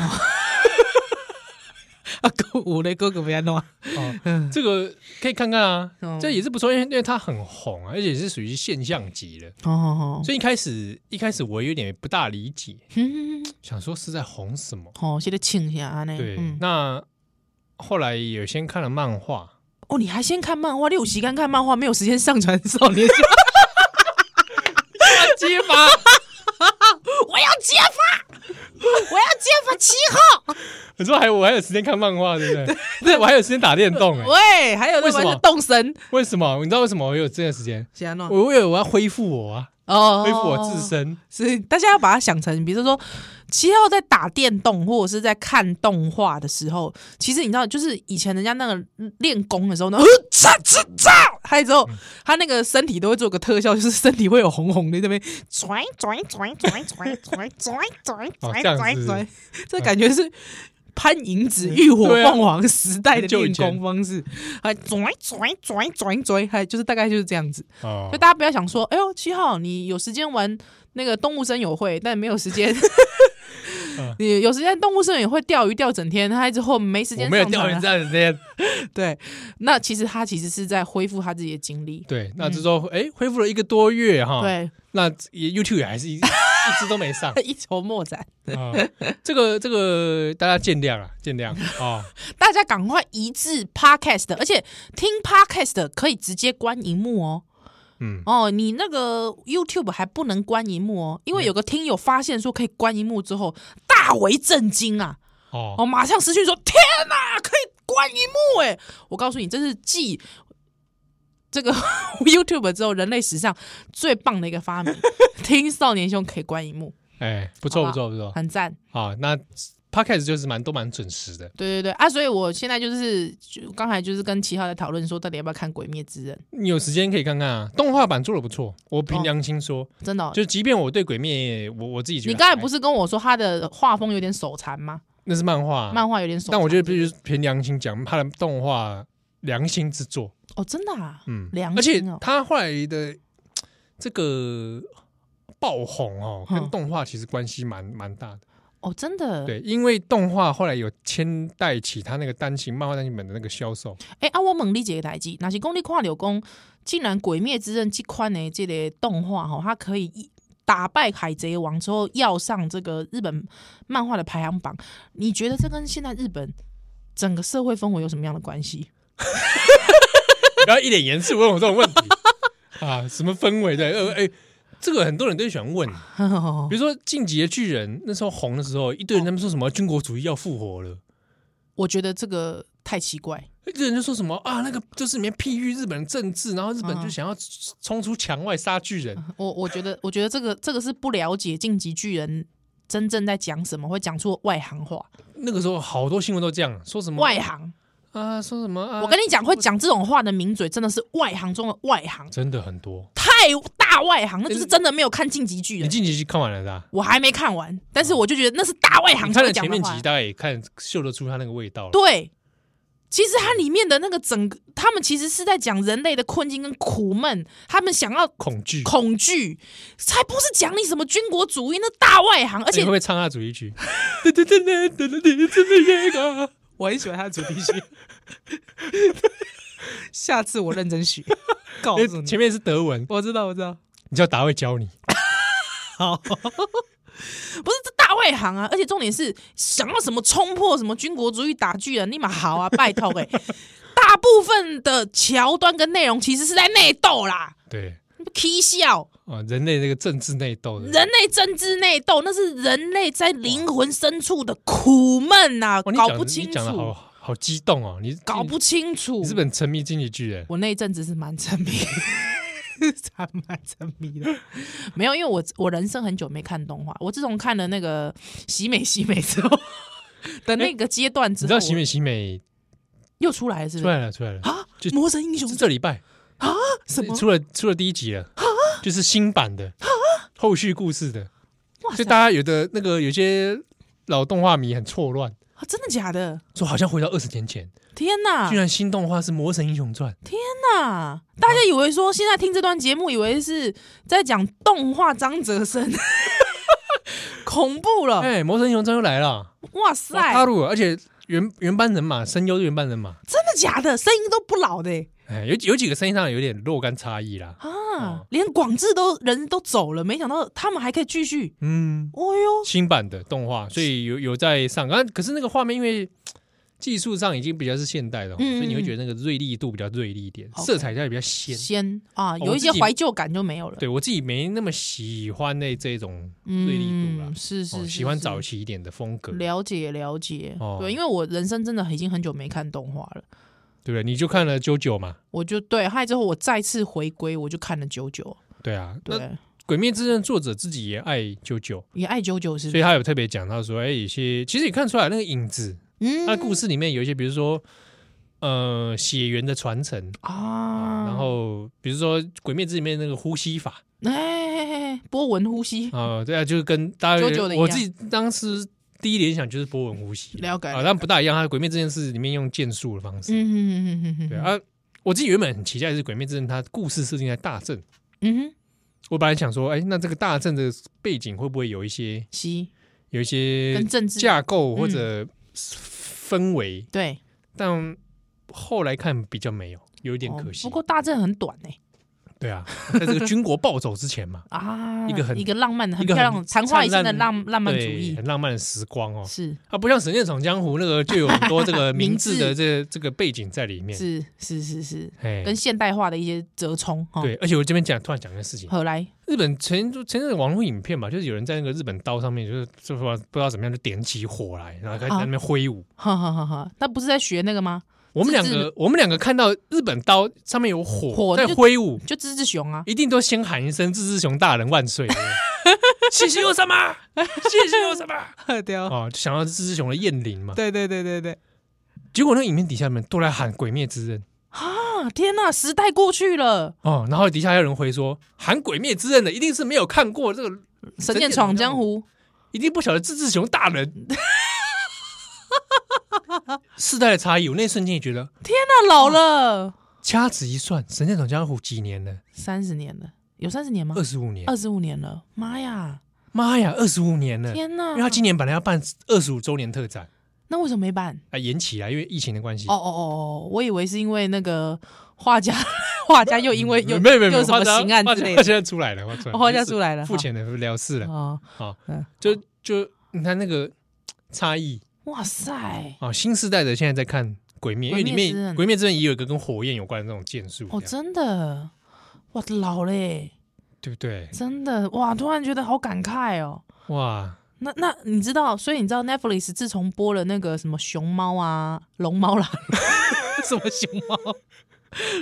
A: 啊，哥有咧哥哥要安啊嗯怎？
B: 哦这个可以看看啊，
A: 嗯
B: 这也是不错，因为因为它很红啊，而且是属于现象级的，
A: 好好好，
B: 所以一开始一开始我有点不大理解，
A: 嗯，
B: 想说是在红什么，
A: 好，是咧亲下安尼。
B: 对，
A: 嗯
B: 那后来有先看了漫画。
A: 哦，你还先看漫画，你有时间看漫画，没有时间上传少年少
B: 揭发
A: 我要揭发，我要揭发七号。
B: 你说还我还有时间看漫画，对不对？对，我还有时间打电动哎、
A: 喂，还有那
B: 为什
A: 玩
B: 么
A: 的动神，
B: 为什么？你知道为什么我有这个时间？
A: 是安
B: 我为了我要恢复我啊，
A: 哦
B: 恢复我自。身。
A: 是大家要把它想成，比如说七号在打电动或者是在看动画的时候，其实你知道，就是以前人家那个练功的时候
B: 呃
A: 呢，炸炸炸，还有之后他那个身体都会做个特效，就是身体会有红红的这边
C: 拽拽拽拽拽拽拽拽
B: 哦
C: 拽
B: 这样
C: 拽
B: 子
C: 拽，
A: 对，这感觉是潘迎紫浴火
B: 对啊
A: 凤凰时代的
B: 很久以
A: 练
B: 前
A: 功方式，还拽拽拽拽拽，还就是大概就是这样子。
B: 哦
A: 就，大家不要想说，哎呦，七号你有时间玩那个动物森友会，但没有时间
B: 嗯。
A: 你有时间动物森友会钓鱼钓整天，他之后没时间
B: 我没有
A: 上
B: 掉
A: 传
B: 人
A: 啊
B: 家的时间。
A: 对，那其实他其实是在恢复他自己的精力。
B: 对，那这周哎恢复了一个多月哈，，
A: 嗯对，
B: 那也 YouTube 也还是一 一直都没上
A: 他一筹莫展，
B: 啊。这个这个大家见谅啊，见谅啊。
A: 大家赶快移至 Podcast，而且听 Podcast 可以直接关荧幕哦。
B: 嗯，
A: 哦，你那个 YouTube 还不能关荧幕哦，因
B: 嗯
A: 为有个听友发现说可以关荧幕之后，大为震惊啊！
B: 哦
A: 哦，马上私讯说：“天哪、可以关荧幕哎！”我告诉你，这是继这个 YouTube 之后，人类史上最棒的一个发 明。听少年兄可以关荧幕，
B: 哎，不错
A: 好
B: 不
A: 不好
B: 错不错
A: 很赞。
B: 啊。那 Podcast 就是蛮都蛮准时的。
A: 对对对啊！所以我现在就是就刚才就是跟七号在讨论说，到底要不要看《鬼灭之刃
B: 你有时间可以看看啊，动画版做的不错。我凭
A: 哦
B: 良心说，》？
A: 真的哦、
B: 就即便我对鬼灭，我我自己觉得
A: 你刚才不
B: 是
A: 是跟我说他的画风有点手残吗？
B: 那是漫画，
A: 漫画有点手残，
B: 嗯但我觉得必须凭良心讲，他的动画良心之作，
A: 哦，真的啊，
B: 嗯，
A: 良
B: 而且
A: 心哦
B: 他后来的这个爆红哦，
A: 嗯
B: 跟动画其实关系蛮蛮大的。
A: 哦，真的，
B: 对，因为动画后来有牵带起他那个单行漫画单行本的那个销售，
A: 诶、啊，我问你一个代志，若是讲你看着讲，竟然《鬼灭之刃》这款的这个动画吼，它可以一打败《海贼王》之后，要上这个日本漫画的排行榜，你觉得这跟现在日本整个社会氛围有什么样的关系？
B: 不要一脸严肃问我这 种问题啊，什么氛围的？呃，哎、这个很多人都喜欢问，比如说《进击的巨人》那时候红的时候，一堆人他们说什么军国主义要复活了。
A: 我觉得这个太奇怪。
B: 一堆人就说什么啊，那个就是里面譬喻日本的政治，然后日本就
A: 嗯
B: 想要冲出墙外杀巨人，
A: 我我觉得，我觉得这个这个是不了解《晋级巨人》真正在讲什么，会讲出外行话。
B: 那个时候好多新闻都这样说什么
A: 外行，
B: 啊，说什么啊，
A: 我跟你讲，会讲这种话的名嘴真的是外行中的外行。
B: 真的很多。
A: 太大外行，那就是真的没有看《晋级巨
B: 你
A: 人》，
B: 近期去看完了是吧？
A: 我还没看完，但是我就觉得那是大外行
B: 你
A: 才
B: 看
A: 会
B: 了
A: 讲
B: 前
A: 的
B: 面
A: 话
B: 集，。大概也看嗅得出他那个味道了。
A: 对，其实它里面的那个整个，他们其实是在讲人类的困境跟苦闷，他们想要
B: 恐惧，哎
A: 恐惧，才不是讲你什么军国主义，那大外行，而
B: 而
A: 且
B: 哎会不会唱他的主 题曲？噔噔噔噔噔噔噔噔噔噔
A: 我很喜欢他的主题曲。下次我认真学，告
B: 哎前面是德文，
A: 我知道，我知道。
B: 你叫达会教你。
A: 不是这大外行啊，而且重点是想要什么冲破什么军国主义打巨人，立马好啊，拜托 哎、大部分的桥段跟内容其实是在内斗啦，
B: 对
A: 你不 k 笑，
B: 啊，人类这个政治内斗的
A: 人类政治内斗，那是人类在灵魂深处的苦闷呐、
B: 哦哇你
A: 搞
B: 讲
A: 不
B: 你
A: 清
B: 讲的好
A: 楚，
B: 好激动哦，你
A: 搞不清楚
B: 你。是本沉迷经济剧人，
A: 我那一阵子是蛮沉迷，还蛮沉迷的。没有，因为我我人生很久没看动画，我自从看了那个喜美喜美之后的那个阶段之
B: 你
A: 后，
B: 知道喜美喜美
A: 又出来了是
B: 出
A: 不是？
B: 来了出来了，
A: 啊
B: 就，
A: 魔神英雄
B: 是这礼拜
A: 什么？啊
B: 出了出了第一集了，就是新版的后续故事的，
A: 哇
B: 所
A: 塞
B: 以大，家有的那个有些老动画迷很错乱，
A: 啊真的假的？
B: 说好像回到二十年前，
A: 天哪
B: 居！然新动画是《魔神英雄传》，
A: 天哪！大家以为说现在听这段节目，以为是在讲动画张哲生， 恐怖了！
B: 哎，《魔神英雄传》又来了，
A: 哇塞，
B: 哇大陆，而且原原班人马，声优是原班人马，
A: 真的假的？声音都不老的欸
B: 哎，有有几个声音上有点若干差异啦，
A: 啊
B: 哦！
A: 连广志都人都走了，没想到他们还可以继续。
B: 嗯，
A: 哦哟，
B: 新版的动画，所以有有在上，啊，可是那个画面因为。技术上已经比较是现代的哦，所
A: 嗯
B: 以你会觉得那个锐利度比较锐利一点，
A: OK
B: 色彩它也比较鲜。
A: 先啊，
B: 我
A: 有一些
B: 哦自己
A: 怀旧感就没有了。
B: 对我自己没那么喜欢那这种锐利度啦
A: 嗯，，是
B: 哦
A: 是，
B: 喜欢
A: 是
B: 早期一点的风格，对
A: 了解了解
B: 哦。
A: 对，因为我人生真的已经很久没看动画了。
B: 不对？你就看了《啾啾》嘛，
A: 我就对，害之后我再次回归，我就看了九九，
B: 对啊。那《
A: 对，
B: 鬼灭之刃》作者自己也爱《啾啾》，
A: 也爱九九是不
B: 所以
A: 是，
B: 他有特别讲到说，哎，有些其实也看出来那个影子，
A: 嗯
B: 他的故事里面有一些，比如说呃血缘的传承，
A: 啊，
B: 然哦后比如说《鬼灭之》里面那个呼 吸法
A: 哎哎哎哎波纹呼吸，
B: 啊，对啊，就是跟大家
A: JoJo 的一样
B: 我自己当时。第一联想就是波纹呼吸，
A: 了解
B: 啊，但不大一样。他《鬼灭》这件事里面用剑术的方式，
A: 嗯哼哼哼哼
B: 对
A: 哼，
B: 啊，我自己原本很期待是《鬼灭之刃》，它故事设定在大正。
A: 嗯哼，
B: 我本来想说，哎、那这个大正的背景会不会有一些
A: 吸
B: 有一些
A: 跟嗯政治
B: 架构或者氛围？
A: 对，
B: 但后来看比较没有，有一点可
A: 哦
B: 惜。
A: 不过大正很短哎，
B: 对啊，在这个军国暴走之前嘛
A: 啊，
B: 一个很
A: 一个浪漫的、很
B: 一个
A: 漂
B: 很
A: 亮、昙花一现的
B: 灿 烂
A: 浪浪漫主
B: 对，
A: 义
B: 很浪漫的时光哦。
A: 是
B: 啊，不像《神剑闯江湖》那个就有很多这个明
A: 明
B: 治
A: 治
B: 的这这个背景在里面。
A: 是是是是，
B: 哎，
A: 跟哦现代化的一些折冲哈。
B: 对，而且我这边讲突然讲一个事情，
A: 何来？
B: 日本前前阵子网络影片吧，就是有人在那个日本刀上面，就是就是说不知道怎么样就点起火来，然后开始在那边挥舞。
A: 哈哈哈哈！那不是在学那个吗？
B: 我们两
A: 自
B: 个我们两个看到日本刀上面有火
A: 火
B: 在
A: 就
B: 挥舞，
A: 就芝芝熊啊，
B: 一定都先喊一声“志志雄大人万岁”，谢谢有什 么？谢谢有什么？
A: 对哦，
B: 哦，就想到志志雄的怨灵嘛。
A: 对对对对对。
B: 结果那个影片底下面都来喊“鬼灭之刃
A: 啊天哪，时代过去了，”
B: 哦，然后底下还有人回说喊“鬼灭之刃”的一定是没有看过这个，
A: 《神剑闯江湖》
B: 一定不晓得志志雄大人。世代的差异，我那瞬间也觉得
A: 那老了
B: 掐指一算，《神剑闯江湖》几年了？
A: 三十年了，有三十年吗
B: 二？十五年。
A: 二十五年了，妈呀！
B: 妈呀，二十五年了！
A: 天哪！
B: 因为他今年本来要办二十五周年特展，
A: 那为什么没办？
B: 啊，延期啊，因为疫情的关系。
A: 哦哦哦哦，我以为是因为那个画家，画家又因为又
B: 哎没有没有没
A: 又
B: 有
A: 有什么
B: 画家
A: 刑案
B: 画
A: 之
B: 家
A: 类
B: 画
A: 的
B: 家出来了，画出来了，
A: 哦画家出来了
B: 付钱的了事了，
A: 哦，
B: 就就你看那个差异
A: 哇塞！
B: 啊，新时代的现在在看《鬼灭》，因为里
A: 鬼灭之
B: 面《
A: 刃
B: 鬼灭之刃》也有一个跟火焰有关的那种剑术，
A: 哦，
B: 这样
A: 真的，哇，老嘞，
B: 对不对？
A: 真的，哇，突然觉得好感慨哦。
B: 哇，
A: 那那你知道，所以你知道 Netflix 自从播了那个什么熊猫啊、龙猫啦，什么熊猫、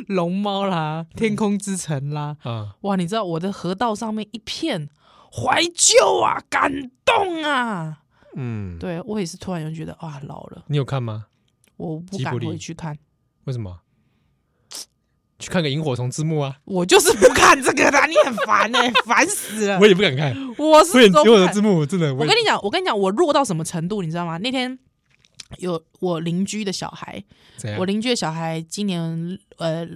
A: 龙猫啦、天空之城啦，
B: 啊，
A: 哇，你知道我的河道上面一片怀旧啊、感动啊，
B: 嗯，
A: 对我也是突然就觉得哇，老了，
B: 你有看吗？
A: 我不
B: 吉卜
A: 敢
B: 力
A: 回去看。
B: 为什么？去看个萤火虫之墓啊！
A: 我就是不看这个的，你很烦哎、烦死了
B: 我！也不敢看，
A: 我
B: 我也
A: 是
B: 萤
A: 都
B: 火
A: 不
B: 虫
A: 看
B: 之墓真的，
A: 我
B: 也
A: 跟你讲，我跟你讲，我弱到什么程度，你知道吗？那天有我邻居的小孩，
B: 怎样
A: 我？邻居的小孩今年呃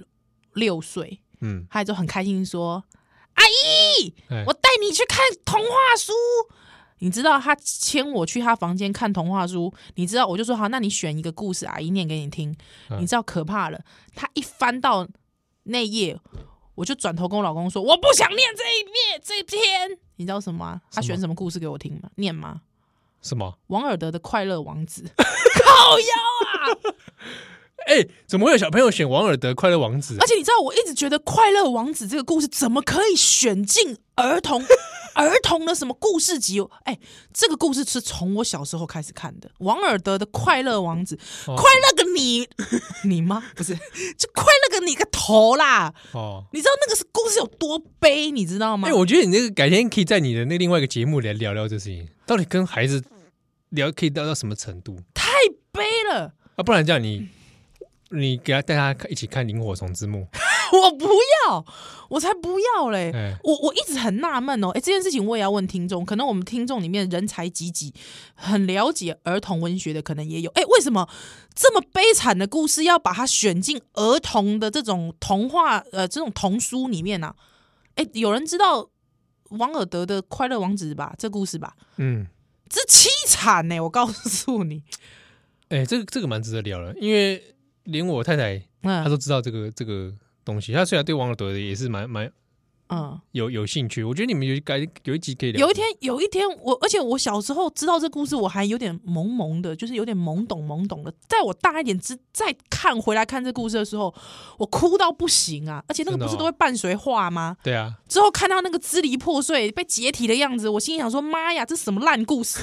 A: 六岁，
B: 嗯，
A: 他就很开心说
B: 哎：“
A: 我带你去看童话书。”你知道他牵我去他房间看童话书，你知道我就说好，那你选一个故事，阿姨念给你听。
B: 嗯
A: 你知道可怕了，他一翻到那页，我就转头跟我老公说：“我不想念这一页这一篇。”你知道什么吗、他
B: 什么
A: 选什么故事给我听吗？念吗？
B: 什么？
A: 王尔德的《快乐王子》，
B: 哎、怎么会有小朋友选王尔德《快乐王子》
A: 而且你知道，我一直觉得《快乐王子》这个故事怎么可以选进儿 童儿童的什么故事集？哎、这个故事是从我小时候开始看的，王尔德的《快乐王子》
B: 哦
A: 呃快乐个你， 你吗？不是，就快乐个你个头啦！
B: 哦。
A: 你知道那个是故事有多悲，你知道吗？
B: 哎、我觉得你那个改天可以在你的那另外一个节目来聊聊这事情，到底跟孩子聊可以聊到什么程度
A: 太悲了，
B: 啊？不然这样你，你给他带他看一起看《萤火虫之墓》
A: 我不要，我才不要嘞！
B: 哎
A: 我我一直很纳闷哦，哎，这件事情我也要问听众，可能我们听众里面人才济济，很了解儿童文学的，可能也有。哎，为什么这么悲惨的故事要把它选进儿童的这种童话呃这种童书里面呢、啊？哎，有人知道王尔德的《快乐王子》吧？这故事吧，
B: 嗯，
A: 这凄惨呢、我告诉你，
B: 哎、这个这个蛮值得聊了，因为连我太太她
A: 嗯
B: 都知道这个这个东西，她虽然对王尔德也是蛮蛮
A: 嗯。
B: 有有兴趣，我觉得你们有改有一集可以聊。
A: 有一天，有一天我，而且我小时候知道这故事，我还有点懵懵的，就是有点懵懂懵懂的。在我大一点之再看回来看这故事的时候，我哭到不行啊！而且那个
B: 真的
A: 不是
B: 哦
A: 都会伴随画吗？
B: 对啊，
A: 之后看到那个支离破碎、被解体的样子，我心里想说：妈呀，这什么烂故 事！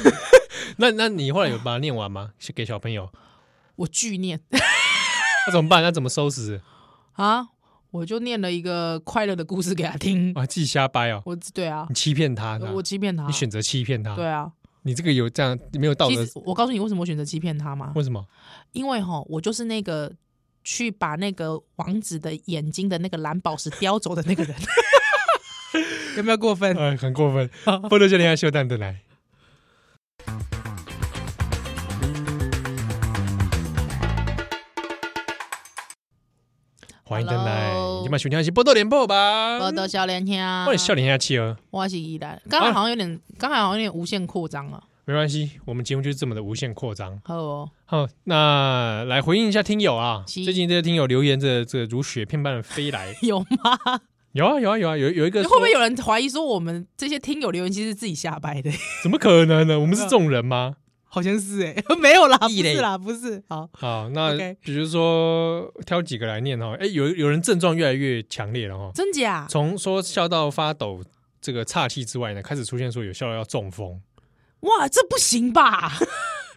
B: 那那你后来有把它念完吗？是给小朋友？
A: 我巨念
B: 那怎么办？那怎么收拾？
A: 啊！我就念了一个快乐的故事给他听。
B: 啊，自己瞎掰哦，
A: 我对啊，
B: 你欺骗他，
A: 我欺骗他
B: 你。选择欺骗他，
A: 对啊，
B: 你这个有这样没有道
A: 其
B: 德
A: 实？我告诉你为什么我选择欺骗他吗？
B: 为什么？
A: 因为哈，我就是那个去把那个王子的眼睛的那个蓝宝石叼走的那个人，有没有过分？
B: 呃，很过分。波多教练要秀蛋的来。欢迎登来，
A: Hello
B: 你们收听的是波多连播吧？
A: 我的笑脸兄，啊
B: 帮你笑脸一啊下哦气儿，
A: 我是依然。刚才好像有点，刚才好像有点无限扩张了。
B: 没关系，我们节目就是这么的无限扩张。
A: 好哦，
B: 好，那来回应一下听友啊，
A: 是
B: 最近这些听友留言这这如雪片般的飞 来，
A: 有吗？
B: 有啊有啊有啊，有有一个
A: 会
B: 说
A: 不会有人怀疑说我们这些听友留言其实是自己瞎掰的？
B: 怎么可能呢？我们是这种人吗？
A: 好像是哎、 没有啦，不
B: 异类
A: 是啦，不是。好，
B: 好，那
A: OK
B: 比如说挑几个来念哈，哎，有有人症状越来越强烈了哈，
A: 真假？
B: 从说笑到发抖这个岔气之外呢，开始出现说有笑到要中风，
A: 哇，这不行吧？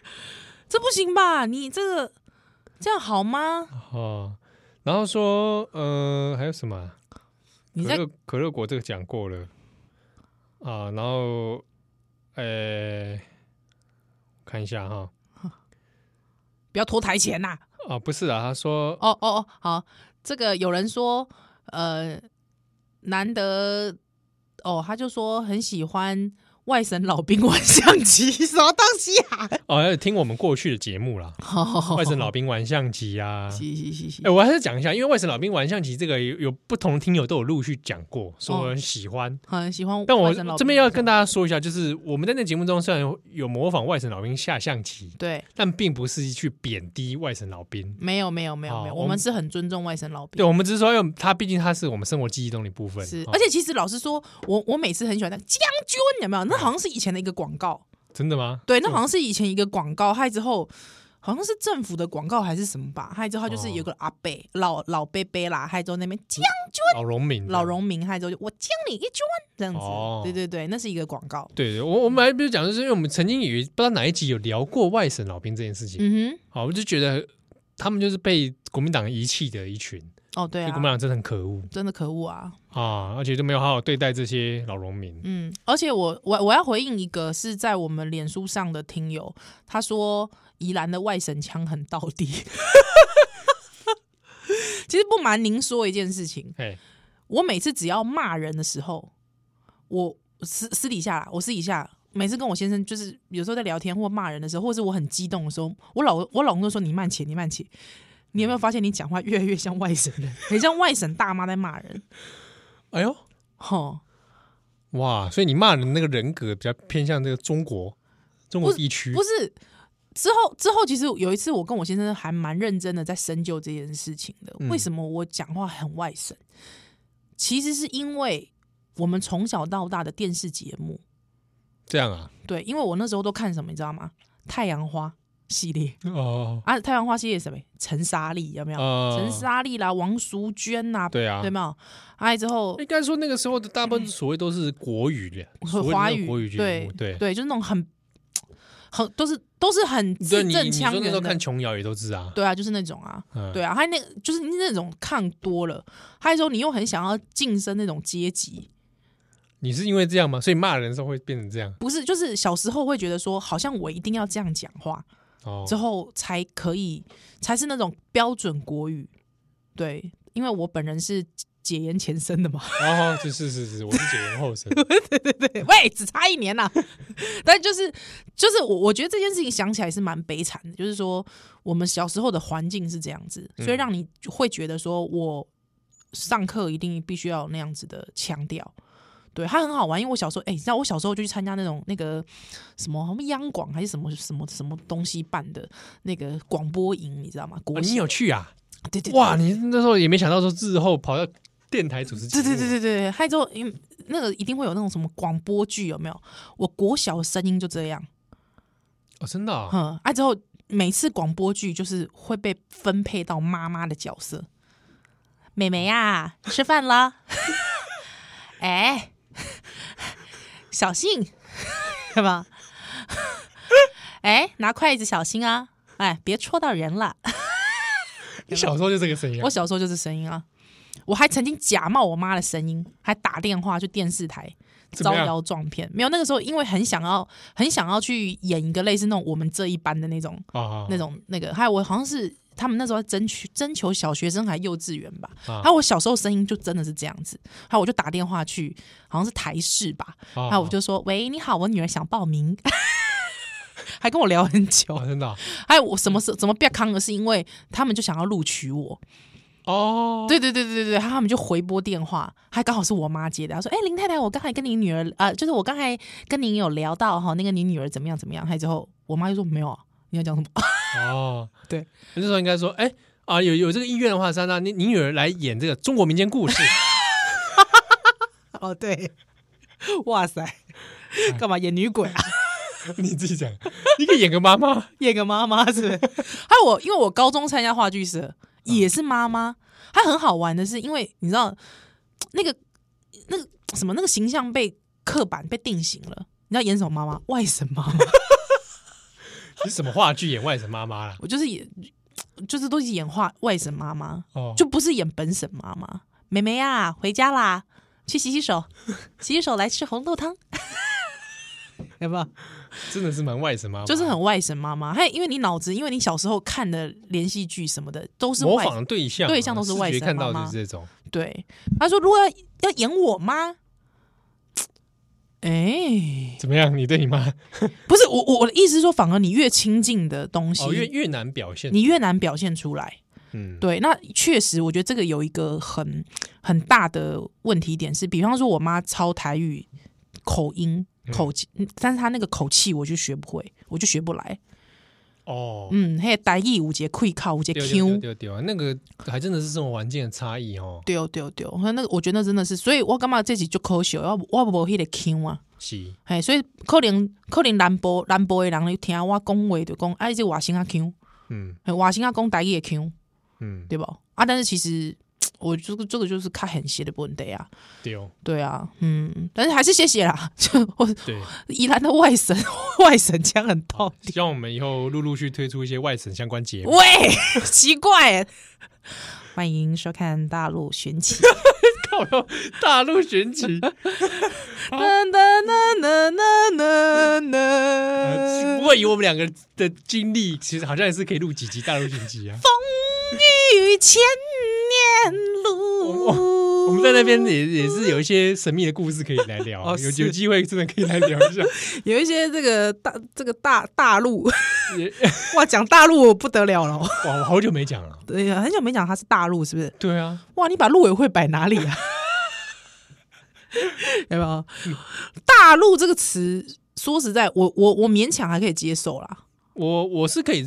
A: 这不行吧？你这个这样好吗？
B: 哦，然后说呃还有什么啊？
A: 你
B: 可
A: 在
B: 乐可乐果这个讲过了啊，然后呃看一下哈
A: 不要拖台前呐、
B: 啊，不是啊，他说
A: 哦哦哦，好，这个有人说，呃，难得哦，他就说很喜欢外省老兵玩象棋，什么东西 啊？
B: 哦，要听我们过去的节目啦，
A: 好好好
B: 外省老兵玩象棋啊，
A: 哦 是是是是
B: 哎、，我还是讲一下，因为外省老兵玩象棋这个有有不同的听友都有陆续讲过，说
A: 哦
B: 很喜欢。
A: 很喜欢。
B: 但我这边要跟大家说一下，就是我们在那节目中虽然有有模仿外省老兵下象棋，
A: 对，
B: 但并不是去贬低外省老兵。
A: 没有没有没有没有，
B: 哦
A: 我
B: 我们
A: 们是很尊重外省老
B: 对，
A: 兵。
B: 我们只是说，因为他毕竟他是我们生活记忆中的一部分。
A: 是
B: 哦，
A: 而且其实老实说，我我每次很喜欢那个将军，有没有？那好像是以前的一个广告，
B: 真的吗？
A: 对，那好像是以前一个广告，害之后好像是政府的广告还是什么吧，害之后他就是有个阿伯、老老伯伯啦，害之后那边将
B: 老农民，
A: 老。农民，害之后就我将你一军这样子，
B: 哦
A: 对对对，那是一个广告，
B: 对对，我我们还不是讲，就是因为我们曾经有一不知道哪一集有聊过外省老兵这件事情，
A: 嗯
B: 好，我就觉得他们就是被国民党遗弃的一群，
A: 哼，哦对
B: 所以
A: 啊
B: 国，民党真的很可恶。
A: 真的可恶啊，
B: 啊，而且都没有好好对待这些老农民。
A: 嗯，而且我我我要回应一个是在我们脸书上的听友，他说宜兰的外省腔很到底。 其实不瞒您说一件事情，
B: 哎、
A: 我每次只要骂人的时候，我私私底下啦，我私底下每次跟我先生就是有时候在聊天或骂人的时候，或者我很激动的时候，我老我老公就说你慢些，你慢些。你有没有发现你讲话越来越像外省人，很像外省大妈在骂人？
B: 哎呦，
A: 吼，
B: 哇！所以你骂人那个人格比较偏向这个中国中国地区
A: 不是。之后之后，其实有一次我跟我先生还蛮认真的在深究这件事情的。
B: 嗯
A: 为什么我讲话很外省？其实是因为我们从小到大的电视节目
B: 这样啊？
A: 对，因为我那时候都看什么，你知道吗？太阳花系列
B: 哦，
A: 啊，太阳花系列是什么？陈莎莉有没有？
B: 啊
A: 陈莎莉啦，王淑娟呐，
B: 对啊
A: 对，没有？哎，之后
B: 应该说那个时候的大部分所谓都是国语的，所谓
A: 嗯
B: 的
A: 华
B: 那种
A: 语
B: 国语节
A: 对
B: 目，对。
A: 对，就是那种很很都是都是很字
B: 对你，
A: 正
B: 你说
A: 腔
B: 那
A: 圆
B: 时候
A: 的
B: 看，琼瑶也都知啊，
A: 对啊，就是那种啊，
B: 嗯，
A: 对啊，他那个就是那种看多了，还有时候你又很想要晋升那种阶级，
B: 你是因为这样吗？所以骂人的时候会变成这样
A: 不是，就是小时候会觉得说，好像我一定要这样讲话，
B: 哦。
A: 之后才可以，才是那种标准国语。对，因为我本人是解严前身的嘛，
B: 哦，是是是是，我是解严后生，
A: 对，喂，只差一年啦、啊 但就是就是我我觉得这件事情想起来是蛮悲惨的，就是说我们小时候的环境是这样子，所以让你会觉得说我上课一定必须要有那样子的腔调。对，它很好玩，因为我小时候，哎、你知道我小时候就去参加那种那个什么什么央广还是什么什么什么东西办的那个广播营，你知道吗？国
B: 哦
A: 际、
B: 你有去啊？
A: 对对对
B: 哇，你那时候也没想到说日后跑到电台主持节
A: 对
B: 目，
A: 对对对对，还有之后，因为那个一定会有那种什么广播剧，有没有？我国小的声音就这样，
B: 哦，真的啊，
A: 嗯，啊之后每次广播剧就是会被分配到妈妈的角色，妹妹呀、吃饭了，哎，小心，是吧？ 哎，拿筷子小心啊！哎，别戳到人了。
B: 你小时候就这个声音啊
A: 我，小时候就是声音啊，我还曾经假冒我妈的声音，还打电话去电视台
B: 怎么
A: 招
B: 样
A: 摇撞骗。没有，那个时候因为很想要，很想要去演一个类似那种我们这一班的那种
B: 啊啊
A: 那种那个，还有我好像是他们那时候在争取征求小学生还幼稚园吧，
B: 啊
A: 还有我小时候声音就真的是这样子，还有我就打电话去，好像是台视吧，
B: 啊
A: 还有我就说喂你好，我女儿想报名， 还跟我聊很久，
B: 哦，真的啊
A: 还有我什么时怎么变康的是因为他们就想要录取我，
B: 哦，
A: 对对对对对对，他们就回拨电话，还刚好是我妈接的，她说哎、林太太，我刚才跟你女儿啊、呃就是我刚才跟您有聊到哈，那个你女儿怎么样怎么样，还之后我妈就说没有啊，你要讲什么？
B: 哦，
A: 对，
B: 那时候应该说，哎啊，有有这个意愿的话，莎莎，你你女儿来演这个中国民间故事，
A: 哦，对，哇塞，干嘛演女鬼啊？
B: 你自己讲，你可以演个妈妈，
A: 演个妈妈是不是？还有我，因为我高中参加话剧社也是妈妈，还很好玩的是，因为你知道那个那个什么那个形象被刻板被定型了。你知道演什么妈妈？外省妈 妈，
B: 你是什么话剧演外省妈妈啦？
A: 我就是演，就是都是演话外省妈妈，
B: 哦，
A: 就不是演本省妈妈。妹妹呀、回家啦，去洗洗 手，洗洗手来吃红豆汤，有没有？
B: 真的是蛮外省妈妈，
A: 就是很外省妈妈，还因为你脑子，因为你小时候看的连续剧什么的都是
B: 模
A: 外
B: 仿的对象嘛，
A: 对象都是
B: 视
A: 外
B: 觉
A: 省
B: 看到
A: 妈妈
B: 就是这种，
A: 对。他说如果要要演我妈，哎、
B: 怎么样？你对你妈
A: 不是我我我的意思是说，反而你越亲近的东西，
B: 哦越越难表现，
A: 你越难表现出来。
B: 嗯
A: 对，那确实，我觉得这个有一个很很大的问题点是，比方说我妈抄台语口音口气，嗯但是她那个口气我就学不会，我就学不来。
B: 哦。
A: 嗯，还有台语有节溃靠，有节
B: 丢
A: Q
B: 丢。丢丢啊！那个还真的是生活环境的差异哦。
A: 对对对，那那个我觉得那真的是，所以我感觉这集就可惜，我我无迄个腔啊，
B: 是，
A: 嘿，所以可能可能南部南部的人咧听我讲话就讲，哎、啊，这外省啊腔，
B: 嗯
A: 嘿外省啊讲台语的腔，
B: 嗯，
A: 对吧？啊，但是其实我这个这个就是较现实的问题啊，
B: 丢
A: 对啊，嗯，但是还是谢谢啦， 就我
B: 对。
A: 宜兰的外 省外省腔很痛，
B: 希望我们以后陆陆续推出一些外省相关节目。
A: 喂，奇怪，欢迎收看大陆寻奇。
B: 靠哟， 大陆选 举，
A: 噔噔噔噔噔
B: 呃
A: 噔
B: 不过以我们两个的经历，其实好像也是可以录几集大陆选举啊。
A: 雨千年路。
B: 我们在那边也也是有一些神秘的故事可以来聊啊，
A: 哦
B: 有
A: 是
B: 有机会真的可以来聊一下。
A: 有一些这个大这个大大 陆，
B: 也
A: 哇，讲大陆我不得了了。
B: 哇，我好久没讲了。
A: 对呀，很久没讲他是大陆，是不是？
B: 对啊，
A: 哇，你把陆委会摆哪里啊？ 有没有？大陆这个词，说实在，我我我勉强还可以接受啦。
B: 我我是可以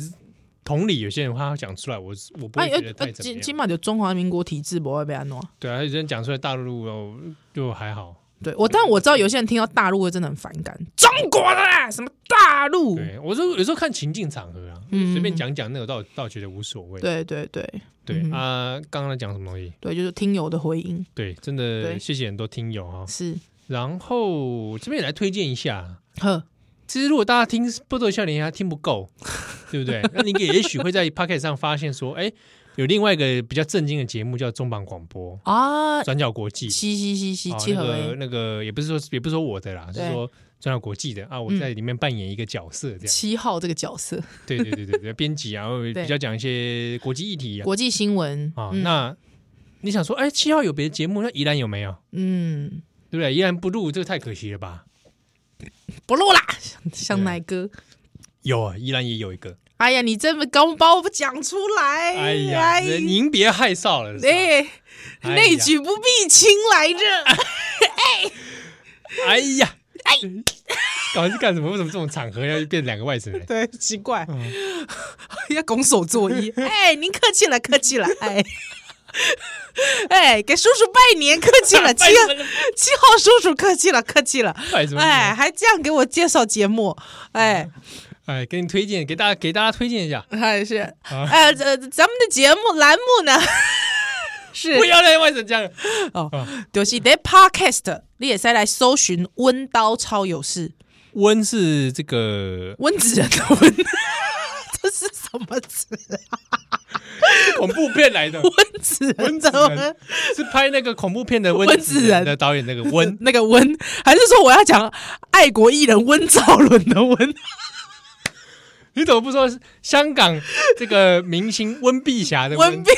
B: 同理，有些人他讲出来，我是我不
A: 哎
B: 会觉得太怎么
A: 今
B: 样。
A: 今嘛就中华民国体制不会被安弄。
B: 对啊，有些人讲出来大陆哦就还好，
A: 对我，但我知道有些人听到大陆的真的很反感，中国的啦，什么大陆，
B: 对我说有时候看情境场合啊，
A: 嗯
B: 随便讲讲那个倒倒觉得无所谓。
A: 对对对
B: 对
A: 嗯
B: 啊，刚刚在讲什么东西？
A: 对，就是听友的回应
B: 对，真
A: 对
B: 的谢谢很多听友啊、哦。
A: 是
B: 然后这边也来推荐一下，
A: 呵，
B: 其实如果大家听《波特笑脸侠》听不够，对不对？那你也也许会在 Pocket 上发现说，哎，有另外一个比较震惊的节目叫中版广播
A: 啊，
B: 转角国际。
A: 嘻嘻嘻嘻，
B: 哦
A: 契
B: 那
A: 合
B: 个
A: 欸
B: 那个也不是说也不是说我的啦，是
A: 对嗯
B: 说转角国际的啊，我在里面扮演一个角色这样。
A: 七号这个角色，
B: 对对对对对，编辑啊，会
A: 对
B: 比较讲一些国际议题啊。
A: 国际新闻
B: 啊，
A: 嗯
B: 那你想说，哎，七号有别的节目，那宜兰有没有？
A: 嗯，
B: 对不对？宜兰不录，这个太可惜了吧？
A: 不录啦，像奶哥。
B: 有啊，宜兰也有一个。
A: 哎呀，你这么刚把我讲出来，
B: 哎呀，人您别害臊了。是吧
A: 哎，
B: 哎呀
A: 内举不避亲来着，
B: 哎呀，搞的是干什么？为什么这种场合要变两个外省人？
A: 对，奇怪，
B: 嗯
A: 要拱手作揖。哎，您客气了，客气了，哎。哎，给叔叔拜年，客气 了，七
B: 拜什么
A: 七号叔叔客气了，客气了，
B: 拜什么
A: 哎，
B: 年？
A: 还这样给我介绍节目，哎，
B: 哎，给你推荐，给大家给大家推荐一下，
A: 还是，哎，咱咱们的节目栏目呢，是
B: 不要在外省这样。
A: 就是在 Podcast，你也使来搜寻“温刀超有事
B: 温是这”，个
A: 温子仁的温，这是什么词？
B: 恐怖片来 的，
A: 温子仁的
B: 温子
A: 温
B: 仁，是拍那个恐怖片的
A: 温
B: 温
A: 子
B: 子
A: 仁，
B: 仁的导演那个温
A: 那个温，还是说我要讲爱国艺人温兆伦的
B: 啊
A: 温？
B: 你怎么不说香港这个明星温碧霞的
A: 温碧，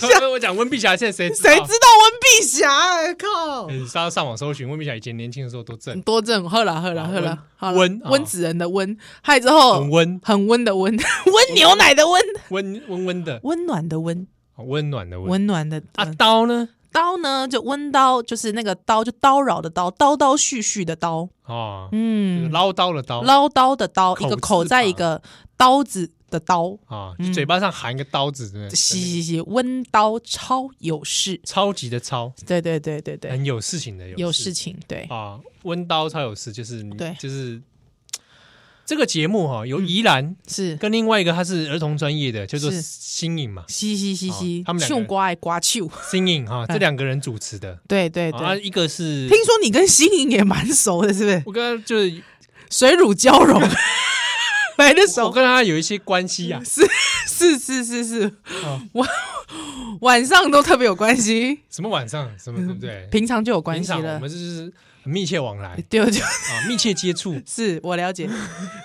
B: 霞？我讲温碧霞现在谁
A: 谁知道
B: 道？
A: 温碧霞？哎靠！
B: 嗯大家上网搜寻温碧霞以前年轻的时候多 正，
A: 多正，喝了喝了
B: 啊
A: 喝
B: 温
A: 了，好啦
B: 温啊嗯
A: 温子仁的温，还有之后
B: 很温
A: 很温的 温，温牛奶的温，
B: 温温温的哦
A: 温暖的温，
B: 温暖的温
A: 温暖的
B: 啊
A: 温。
B: 刀呢？
A: 刀呢，就温刀，就是那个刀，就叨扰的叨，叨叨絮絮的叨，
B: 哦，就是
A: 嗯，
B: 唠叨的叨
A: 唠叨的叨，
B: 口
A: 一个口在
B: 字旁
A: 一个刀子的刀，
B: 啊，
A: 嗯
B: 就嘴巴上含一个刀子，真的
A: 嘻嘻嘻，温刀超有事，
B: 超级的超，
A: 对对对对对，
B: 很有事情的
A: 有
B: 事
A: 事情，对
B: 啊，温刀超有事，就是你
A: 对
B: 就是这个节目哈，有宜兰
A: 是，
B: 跟另外一个他是儿童专业的，叫做
A: 是
B: 新颖嘛，
A: 嘻嘻嘻嘻
B: 哦，他们两个
A: 秀瓜爱瓜秀，
B: 新颖哈，
A: 嗯
B: 这两个人主持的
A: 对对
B: 啊，
A: 对，
B: 一个是
A: 听说你跟新颖也蛮熟的，是不是？
B: 我跟他就是
A: 水乳交融，来的
B: 我
A: 熟，
B: 跟他有一些关系啊，
A: 是是是是
B: 哦，
A: 晚晚上都特别有关系，
B: 什么晚上什么对不对？
A: 平常就有嗯
B: 平
A: 关系
B: 常
A: 了
B: 我们，就是很密切往来
A: 对对。
B: 啊，密切 接触
A: 是我了解，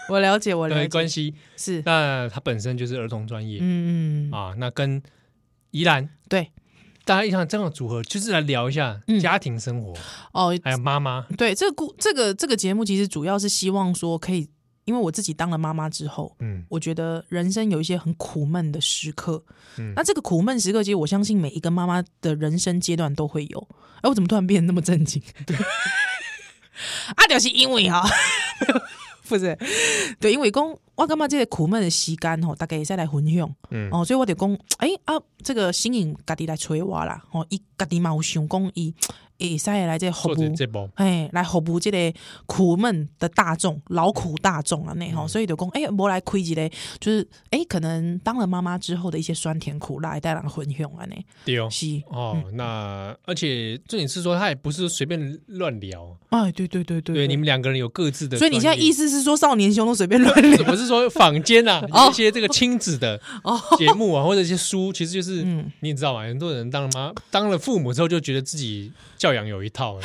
A: 我了解，我了
B: 的
A: 解，
B: 关系。
A: 是，
B: 那他本身就是儿童专业
A: 嗯，
B: 啊，那跟宜兰
A: 对，
B: 大家一场这样的组合，就是来聊一下
A: 嗯
B: 家庭生活，
A: 哦，
B: 还有妈妈
A: 对，这个故这个这个节目其实主要是希望说可以，因为我自己当了妈妈之后。
B: 嗯
A: 我觉得人生有一些很苦闷的时刻，
B: 嗯
A: 那这个苦闷时刻，其实我相信每一个妈妈的人生阶段都会有。哎，我怎么突然变得那么正经？啊，就是因为哈， 不是，对，因为讲我感觉这个苦闷的时间吼，大概会使来分享。
B: 嗯
A: 哦，所以我就讲，诶、啊，这个新颖家己来催我啦，吼、伊家己嘛有想讲伊会使来这个服
B: 做
A: 务
B: 这，这波
A: 哎，来服务这个苦闷的大众、劳苦大众啊，那吼、所以就讲，诶、欸，无来开一个，就是诶、可能当了妈妈之后的一些酸甜苦辣，带人分享啊，呢，
B: 对哦。
A: 是，嗯
B: 哦，那而且重点是说，他也不是随便乱聊，
A: 哎，对对对对
B: 对，你们两个人有各自的
A: 所以
B: 专
A: 你
B: 业，
A: 现在意思是说，少年兄都随便乱聊，
B: 我是说坊间啊，
A: 哦
B: 有一些这个亲子的节目啊，或者一些书，其实就是
A: 嗯
B: 你也知道嘛，很多人当了妈、当了父母之后，就觉得自己教养有 一套，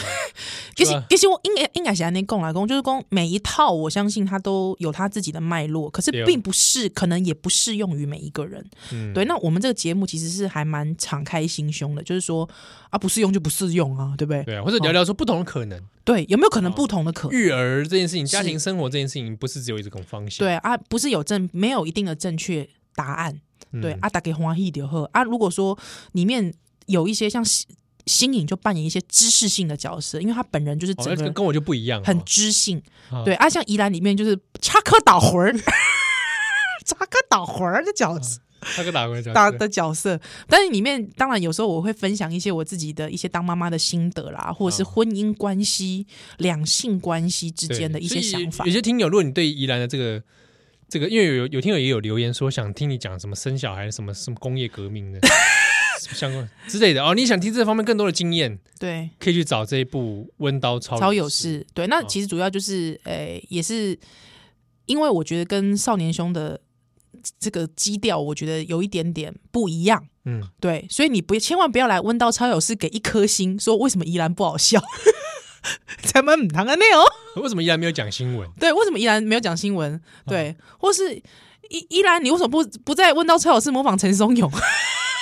A: 其
B: 对
A: 实
B: 吧
A: 其实我应该应该是安尼讲来讲，就是讲每一套，我相信它都有它自己的脉络，可是
B: 对哦
A: 并不是，可能也不适用于每一个人。
B: 嗯，
A: 对，那我们这个节目其实是还蛮敞开心胸的，就是说啊，不适用就不适用啊，对不对？
B: 对哦啊，或者聊聊说不同的可能，
A: 对，有没有可能不同的可能？
B: 育儿这件事情、
A: 是
B: 家庭生活这件事情，不是只有一种方向，
A: 对啊，不是有正没有一定的正确答案。
B: 嗯
A: 对、啊，打给欢喜的呵啊。如果说里面有一些像新新颖就扮演一些知识性的角色，因为他本人就是
B: 哦，
A: 整
B: 那
A: 个
B: 这个
A: 人
B: 跟我就不一样哦，
A: 很知性，
B: 啊
A: 对啊， 像宜兰里面就是插科打诨儿，插科打诨儿的角色，
B: 他个打回角
A: 打
B: 色
A: 的角色，但是里面当然有时候我会分享一些我自己的一些当妈妈的心得啦，或者是
B: 嗯
A: 婚姻关系、两性关系之
B: 对
A: 间的一些
B: 所以
A: 想法
B: 有。些听友，如果你对宜兰的这个这个，因为有有听友也有留言说想听你讲什么生小孩、什么什么工业革命的什么相关之类的哦，你想听这方面更多的经验，
A: 对，
B: 可以去找这一部《温刀超
A: 超
B: 有
A: 有》。事。对，那
B: 哦
A: 其实主要就是，呃、也是因为我觉得跟少年兄的这个基调，我觉得有一点点不一样。
B: 嗯，
A: 对，所以你不千万不要来温刀超有事给一颗星，说为什么依然不好笑？ 咱们唔谈个内哦。
B: 为什么宜兰没有讲新闻？
A: 对，为什么依然没有讲新闻？对，或是依依然你为什么不不再问到崔老师模仿陈松勇？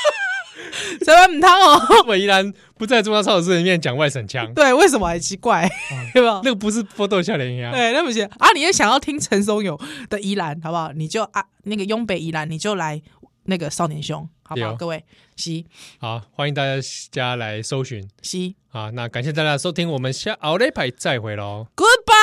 A: 什么唔汤哦？
B: 为什么宜兰不在中央超有事里面讲外省腔？
A: 对，为什么哎很奇怪？对吧？
B: 那个不是波豆笑脸呀？
A: 对，那么写啊，你也想要听陈松勇的依兰，好不好？你就啊，那个雍北依兰，你就来那个少年兄，好不好？
B: 对哦
A: 各位，西
B: 好，欢迎大家家来搜寻
A: 西
B: 啊！那感谢大家的收听，我们下奥雷派再会喽。
A: ，Goodbye。